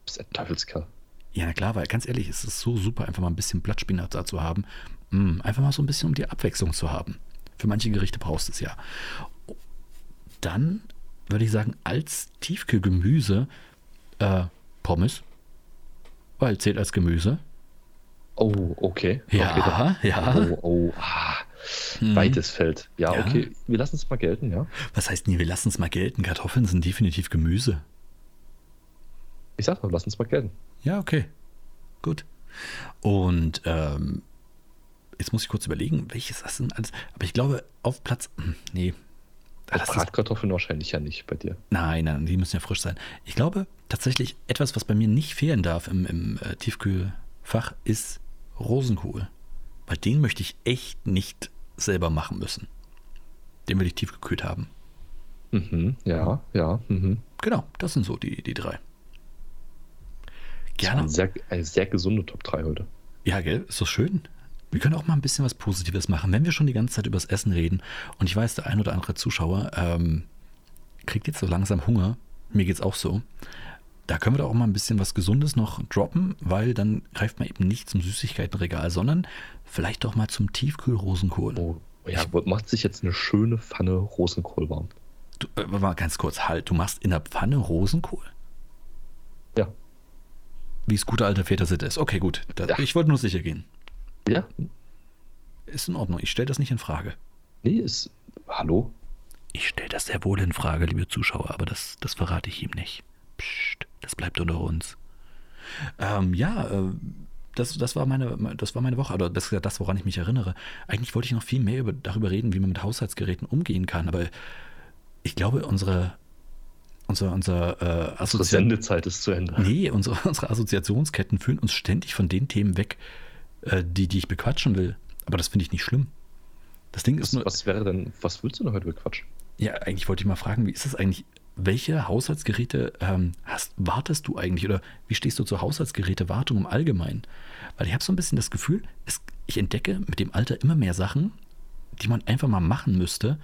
Speaker 2: Bist ein Teufelskerl.
Speaker 1: Ja, na klar, weil ganz ehrlich, es ist so super, einfach mal ein bisschen Blattspinat da zu haben. Mm, einfach mal so ein bisschen, um die Abwechslung zu haben. Für manche Gerichte brauchst du es ja. Dann würde ich sagen, als Tiefkühlgemüse äh, Pommes. Weil zählt als Gemüse.
Speaker 2: Oh, okay. okay.
Speaker 1: Ja, ja. Mhm.
Speaker 2: Oh, oh, ah. Weites Feld. Ja,
Speaker 1: Ja.
Speaker 2: okay. Wir lassen es mal gelten, ja.
Speaker 1: Was heißt nie, wir lassen es mal gelten. Kartoffeln sind definitiv Gemüse.
Speaker 2: Ich sag mal, lass uns mal gelten.
Speaker 1: Ja, okay. Gut. Und ähm, jetzt muss ich kurz überlegen, welches das denn alles. Aber ich glaube, auf Platz. hm, Nee. Ah,
Speaker 2: Und
Speaker 1: das ist,
Speaker 2: Bratkartoffeln wahrscheinlich ja nicht bei dir.
Speaker 1: nein, nein, die müssen ja frisch sein. Ich glaube tatsächlich, etwas, was bei mir nicht fehlen darf im, im äh, Tiefkühlfach, ist Rosenkohl. Weil den möchte ich echt nicht selber machen müssen. Den will ich tiefgekühlt haben.
Speaker 2: Mhm, ja, ja. Mhm.
Speaker 1: Genau, das sind so die, die drei.
Speaker 2: Das war Ein sehr, eine sehr gesunde Top 3 heute.
Speaker 1: Ja, gell? Ist doch schön. Wir können auch mal ein bisschen was Positives machen, wenn wir schon die ganze Zeit übers Essen reden. Und ich weiß, der ein oder andere Zuschauer ähm, kriegt jetzt so langsam Hunger. Mir geht's auch so. Da können wir doch auch mal ein bisschen was Gesundes noch droppen, weil dann greift man eben nicht zum Süßigkeitenregal, sondern vielleicht doch mal zum Tiefkühlrosenkohl.
Speaker 2: Oh, ja, macht sich jetzt eine schöne Pfanne Rosenkohl warm.
Speaker 1: Du, äh, warte mal ganz kurz, halt, du machst in der Pfanne Rosenkohl?
Speaker 2: Ja.
Speaker 1: Wie es guter alter Väter Sitte ist. Okay, gut. Da,
Speaker 2: Ja.
Speaker 1: Ich wollte nur sicher gehen.
Speaker 2: Ja,
Speaker 1: Ist in Ordnung. Ich stelle das nicht in Frage.
Speaker 2: nee, ist. Hallo?
Speaker 1: Ich stelle das sehr wohl in Frage, liebe Zuschauer, aber das, das verrate ich ihm nicht. Psst, das bleibt unter uns. Ähm, ja, äh, das, das, war meine, das war meine Woche, oder besser gesagt, das, woran ich mich erinnere. Eigentlich wollte ich noch viel mehr über, darüber reden, wie man mit Haushaltsgeräten umgehen kann, aber ich glaube, unsere, unsere, unsere äh,
Speaker 2: Unsere
Speaker 1: Assoziation.
Speaker 2: Sendezeit ist zu Ende.
Speaker 1: Nee, unsere, unsere Assoziationsketten führen uns ständig von den Themen weg, äh, die, die ich bequatschen will. Aber das finde ich nicht schlimm. Das Ding ist
Speaker 2: Was,
Speaker 1: nur,
Speaker 2: was wäre denn, was willst du denn heute bequatschen?
Speaker 1: ja, eigentlich wollte ich mal fragen, wie ist das eigentlich? Welche Haushaltsgeräte ähm, hast, wartest du eigentlich? Oder wie stehst du zur Haushaltsgerätewartung im Allgemeinen? Weil ich habe so ein bisschen das Gefühl, es, ich entdecke mit dem Alter immer mehr Sachen, die man einfach mal machen müsste,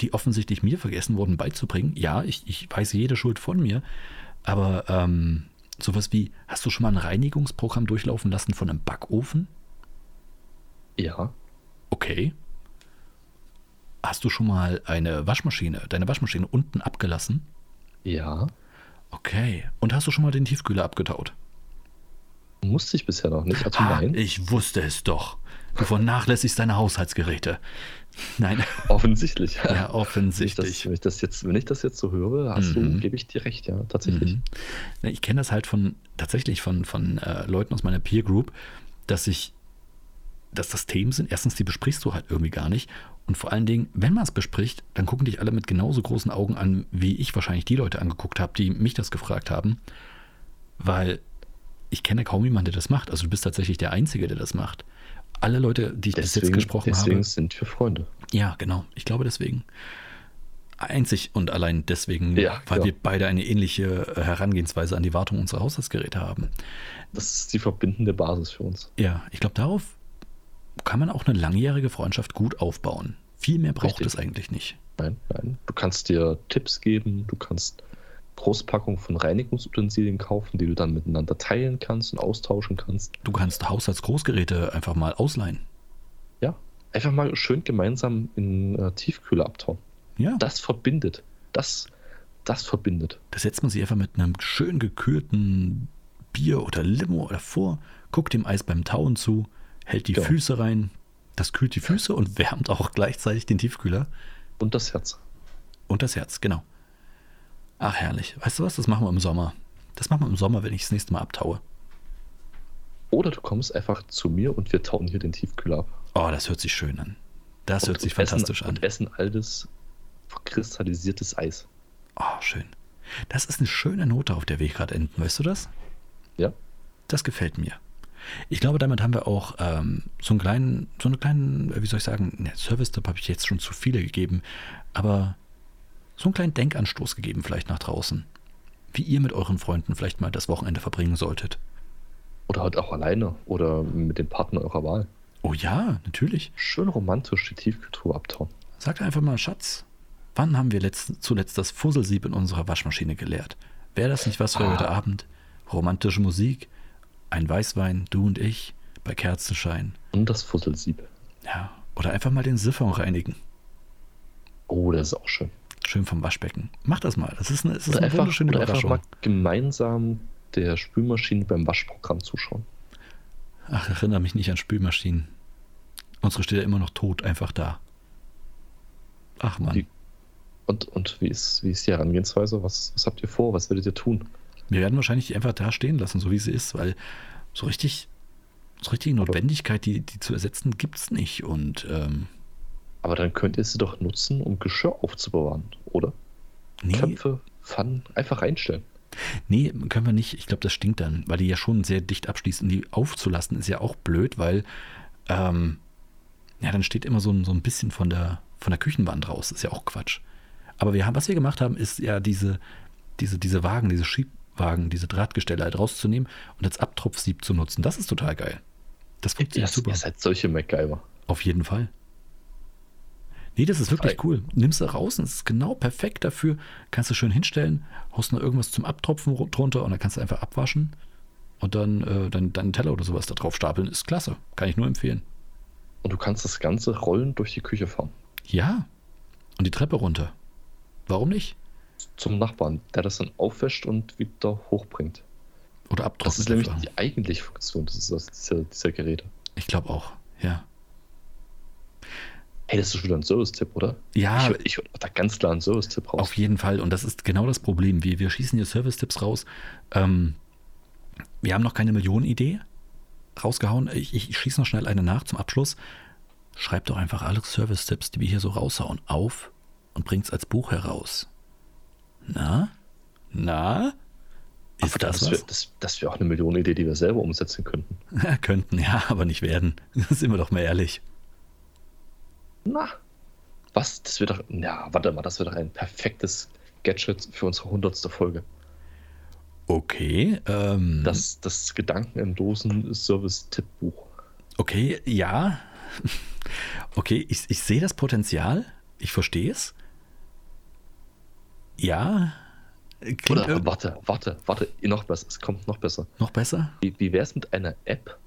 Speaker 1: die offensichtlich mir vergessen wurden beizubringen. Ja, ich, ich weiß jede Schuld von mir, aber ähm, sowas wie, hast du schon mal ein Reinigungsprogramm durchlaufen lassen von einem Backofen?
Speaker 2: Ja,
Speaker 1: Okay. Hast du schon mal eine Waschmaschine, deine Waschmaschine unten abgelassen?
Speaker 2: ja.
Speaker 1: Okay. Und hast du schon mal den Tiefkühler abgetaut?
Speaker 2: Musste ich bisher noch nicht. Also
Speaker 1: Ah,
Speaker 2: nein.
Speaker 1: ich wusste es doch. Du vernachlässigst deine Haushaltsgeräte. Nein,
Speaker 2: Offensichtlich.
Speaker 1: ja,
Speaker 2: Wenn ich, das,
Speaker 1: offensichtlich.
Speaker 2: wenn, ich das jetzt, wenn ich das jetzt so höre, hast du,
Speaker 1: Mhm.
Speaker 2: gebe ich dir recht, ja, tatsächlich.
Speaker 1: Mhm. Ne, Ich kenne das halt von tatsächlich von, von äh, Leuten aus meiner Peer Group, dass ich, dass das Themen sind. Erstens, die besprichst du halt irgendwie gar nicht. Und vor allen Dingen, wenn man es bespricht, dann gucken dich alle mit genauso großen Augen an, wie ich wahrscheinlich die Leute angeguckt habe, die mich das gefragt haben. Weil ich kenne kaum jemanden, der das macht. Also du bist tatsächlich der Einzige, der das macht. Alle Leute, die ich bis jetzt
Speaker 2: Deswegen,
Speaker 1: gesprochen
Speaker 2: deswegen
Speaker 1: habe.
Speaker 2: sind wir Freunde.
Speaker 1: Ja, genau. Ich glaube deswegen. Einzig und allein deswegen,
Speaker 2: Ja,
Speaker 1: weil
Speaker 2: ja.
Speaker 1: wir beide eine ähnliche äh, Herangehensweise an die Wartung unserer Haushaltsgeräte haben.
Speaker 2: Das ist die verbindende Basis für uns.
Speaker 1: Ja, ich glaube, darauf kann man auch eine langjährige Freundschaft gut aufbauen. Viel mehr braucht
Speaker 2: Richtig.
Speaker 1: es eigentlich nicht.
Speaker 2: Nein, nein. Du kannst dir Tipps geben, du kannst Großpackungen von Reinigungsutensilien kaufen, die du dann miteinander teilen kannst und austauschen kannst.
Speaker 1: Du kannst Haushaltsgroßgeräte einfach mal ausleihen.
Speaker 2: Ja, einfach mal schön gemeinsam in äh, Tiefkühler abtauen.
Speaker 1: Ja,
Speaker 2: Das verbindet. Das, das verbindet.
Speaker 1: da setzt man sich einfach mit einem schön gekühlten Bier oder Limo oder vor, guckt dem Eis beim Tauen zu, hält die
Speaker 2: Ja.
Speaker 1: Füße rein. Das kühlt die Füße und wärmt auch gleichzeitig den Tiefkühler.
Speaker 2: Und das Herz.
Speaker 1: Und das Herz, genau. Ach, herrlich. Weißt du was? Das machen wir im Sommer. Das machen wir im Sommer, wenn ich das nächste Mal abtaue.
Speaker 2: Oder du kommst einfach zu mir und wir tauen hier den Tiefkühler ab.
Speaker 1: Oh, das hört sich schön an. Das hört
Speaker 2: Und
Speaker 1: sich
Speaker 2: essen-
Speaker 1: fantastisch an.
Speaker 2: Und essen altes, kristallisiertes Eis.
Speaker 1: Oh, schön. Das ist eine schöne Note, auf der wir gerade enden. Weißt du das?
Speaker 2: Ja,
Speaker 1: Das gefällt mir. Ich glaube, damit haben wir auch ähm, so einen kleinen, so einen kleinen, äh, wie soll ich sagen, ne, Service-Tipp habe ich jetzt schon zu viele gegeben, aber so einen kleinen Denkanstoß gegeben vielleicht nach draußen. Wie ihr mit euren Freunden vielleicht mal das Wochenende verbringen solltet.
Speaker 2: Oder halt auch alleine oder mit dem Partner eurer Wahl.
Speaker 1: Oh ja, natürlich.
Speaker 2: Schön romantisch die Tiefkultur abtauen.
Speaker 1: Sagt einfach mal, Schatz, wann haben wir letzten, zuletzt das Fusselsieb in unserer Waschmaschine geleert? Wäre das nicht was für
Speaker 2: Ah.
Speaker 1: heute Abend? Romantische Musik, ein Weißwein, du und ich, bei Kerzenschein.
Speaker 2: Und das Fusselsieb.
Speaker 1: Ja, oder einfach mal den Siphon reinigen.
Speaker 2: Oh, das ist auch schön.
Speaker 1: Schön vom Waschbecken. Mach das mal. Das ist eine, das ist
Speaker 2: Oder
Speaker 1: eine
Speaker 2: einfach,
Speaker 1: wunderschöne
Speaker 2: oder einfach
Speaker 1: Überraschung.
Speaker 2: mal gemeinsam der Spülmaschine beim Waschprogramm zuschauen.
Speaker 1: Ach, erinnere mich nicht an Spülmaschinen. Unsere steht ja immer noch tot, einfach da. Ach man,
Speaker 2: Die- Und, und wie, ist, wie ist die Herangehensweise? Was, was habt ihr vor? Was werdet ihr tun?
Speaker 1: wir werden wahrscheinlich die einfach da stehen lassen, so wie sie ist, weil so richtig, so richtige Notwendigkeit, die, die zu ersetzen, gibt's nicht. Und ähm,
Speaker 2: Aber dann könnt ihr sie doch nutzen, um Geschirr aufzubewahren, oder?
Speaker 1: nee,
Speaker 2: Töpfe, Pfannen, einfach reinstellen.
Speaker 1: nee, können wir nicht. Ich glaube, das stinkt dann, weil die ja schon sehr dicht abschließt. Und die aufzulassen ist ja auch blöd, weil ähm, ja, dann steht immer so ein, so ein bisschen von der, von der Küchenwand raus. Ist ja auch Quatsch. Aber wir haben, was wir gemacht haben, ist ja diese, diese, diese Wagen, diese Schiebwagen, diese Drahtgestelle halt rauszunehmen und als Abtropfsieb zu nutzen. Das ist total geil. Das
Speaker 2: Ihr,
Speaker 1: funktioniert super.
Speaker 2: ihr seid solche MacGyver.
Speaker 1: Auf jeden Fall. Nee, das ist wirklich
Speaker 2: Frei.
Speaker 1: cool. Nimmst du raus und es ist genau perfekt dafür. Kannst du schön hinstellen, haust noch irgendwas zum Abtropfen ru- drunter und dann kannst du einfach abwaschen und dann äh, deinen, deinen Teller oder sowas da drauf stapeln. Ist klasse. Kann ich nur empfehlen.
Speaker 2: Und du kannst das Ganze rollend durch die Küche fahren.
Speaker 1: Ja. Und die Treppe runter. Warum nicht?
Speaker 2: Zum Nachbarn, der das dann aufwäscht und wieder hochbringt.
Speaker 1: Oder
Speaker 2: Das ist
Speaker 1: abtropfen.
Speaker 2: nämlich
Speaker 1: einfach.
Speaker 2: die eigentliche Funktion dieses, dieser, dieser Geräte.
Speaker 1: Ich glaube auch, ja.
Speaker 2: Hey, das ist wieder ein Service-Tipp, oder?
Speaker 1: Ja,
Speaker 2: Ich, ich hör da ganz klar einen Service-Tipp raus.
Speaker 1: Auf jeden Fall. Und das ist genau das Problem. Wir, wir schießen hier Service-Tipps raus. Ähm, wir haben noch keine Millionen-Idee rausgehauen. Ich, ich schieße noch schnell eine nach zum Abschluss. Schreibt doch einfach alle Service-Tipps, die wir hier so raushauen, auf und bringt es als Buch heraus. Na? Na?
Speaker 2: Aber
Speaker 1: Ist das
Speaker 2: das wäre
Speaker 1: was?
Speaker 2: das, das wär auch eine Millionenidee, die wir selber umsetzen könnten.
Speaker 1: Könnten, ja, aber nicht werden. Sind wir doch mal ehrlich.
Speaker 2: Na, was? Das wird doch. Ja, warte mal, das wird doch ein perfektes Gadget für unsere hundertste Folge.
Speaker 1: Mhm. Okay, ähm,
Speaker 2: Das, das Gedanken im Dosen-Service-Tippbuch.
Speaker 1: Okay, ja. Okay, ich, ich sehe das Potenzial. Ich verstehe es. Ja. Klingt
Speaker 2: Oder
Speaker 1: irg-
Speaker 2: warte, warte, warte, eh, noch besser. Es kommt noch besser.
Speaker 1: noch besser.
Speaker 2: Wie, wie wäre es mit einer App,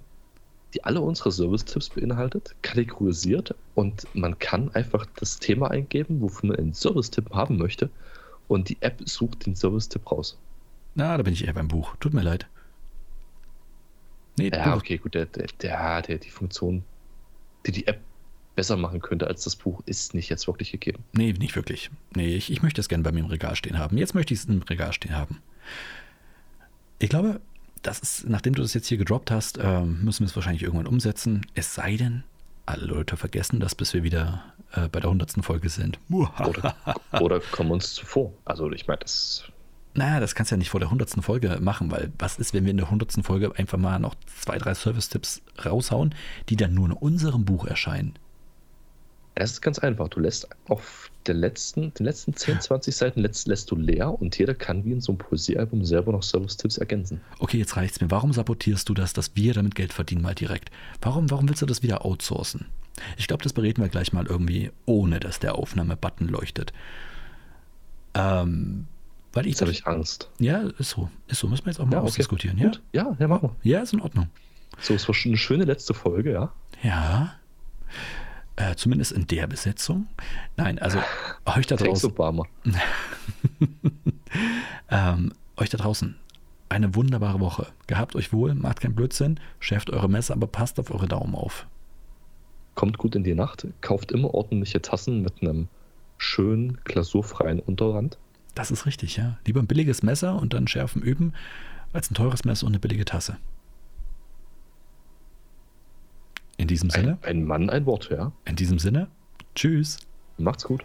Speaker 2: die alle unsere Service-Tipps beinhaltet, kategorisiert und man kann einfach das Thema eingeben, wofür man einen Service-Tipp haben möchte und die App sucht den Service-Tipp raus.
Speaker 1: Na, da bin ich eher beim Buch. Tut mir leid. Nee,
Speaker 2: Ja,
Speaker 1: Buch.
Speaker 2: okay, gut, der, der, der, der, die Funktion, die die App besser machen könnte als das Buch, ist nicht jetzt wirklich gegeben.
Speaker 1: nee nicht wirklich. Nee, ich, ich möchte es gerne bei mir im Regal stehen haben. Jetzt möchte ich es im Regal stehen haben. Ich glaube, das ist, nachdem du das jetzt hier gedroppt hast, ähm, müssen wir es wahrscheinlich irgendwann umsetzen. Es sei denn, alle Leute vergessen das, bis wir wieder äh, bei der hundertsten Folge sind.
Speaker 2: Oder, oder kommen uns zuvor. Also ich meine, das
Speaker 1: Naja, das kannst du ja nicht vor der hundertsten Folge machen, weil was ist, wenn wir in der hundertsten Folge einfach mal noch zwei, drei Service-Tipps raushauen, die dann nur in unserem Buch erscheinen?
Speaker 2: Das ist ganz einfach. Du lässt auf der letzten, den letzten 10, 20 Seiten lässt, lässt du leer und jeder kann wie in so einem Poesiealbum selber noch Service-Tipps ergänzen.
Speaker 1: Okay, jetzt reicht's mir. Warum sabotierst du das, dass wir damit Geld verdienen mal direkt? Warum, warum willst du das wieder outsourcen? Ich glaube, das bereden wir gleich mal irgendwie, ohne dass der Aufnahme-Button leuchtet. Ähm, weil ich,
Speaker 2: Jetzt habe ich Angst.
Speaker 1: Ja, ist so. Ist so. Müssen wir jetzt auch mal ausdiskutieren, ja?
Speaker 2: Gut. Ja, ja, machen wir.
Speaker 1: Ja, ist in Ordnung.
Speaker 2: So, es war schon eine schöne letzte Folge, ja.
Speaker 1: Ja. Äh, zumindest in der Besetzung. Nein, also euch da
Speaker 2: Thanks,
Speaker 1: draußen.
Speaker 2: Obama.
Speaker 1: Ähm, euch da draußen eine wunderbare Woche. Gehabt euch wohl, macht keinen Blödsinn, schärft eure Messer, aber passt auf eure Daumen auf.
Speaker 2: Kommt gut in die Nacht, kauft immer ordentliche Tassen mit einem schönen, glasurfreien Unterrand.
Speaker 1: Das ist richtig, ja. Lieber ein billiges Messer und dann schärfen üben, als ein teures Messer und eine billige Tasse. In diesem Sinne,
Speaker 2: Ein, ein Mann, ein Wort, ja.
Speaker 1: in diesem Sinne, tschüss.
Speaker 2: Macht's gut.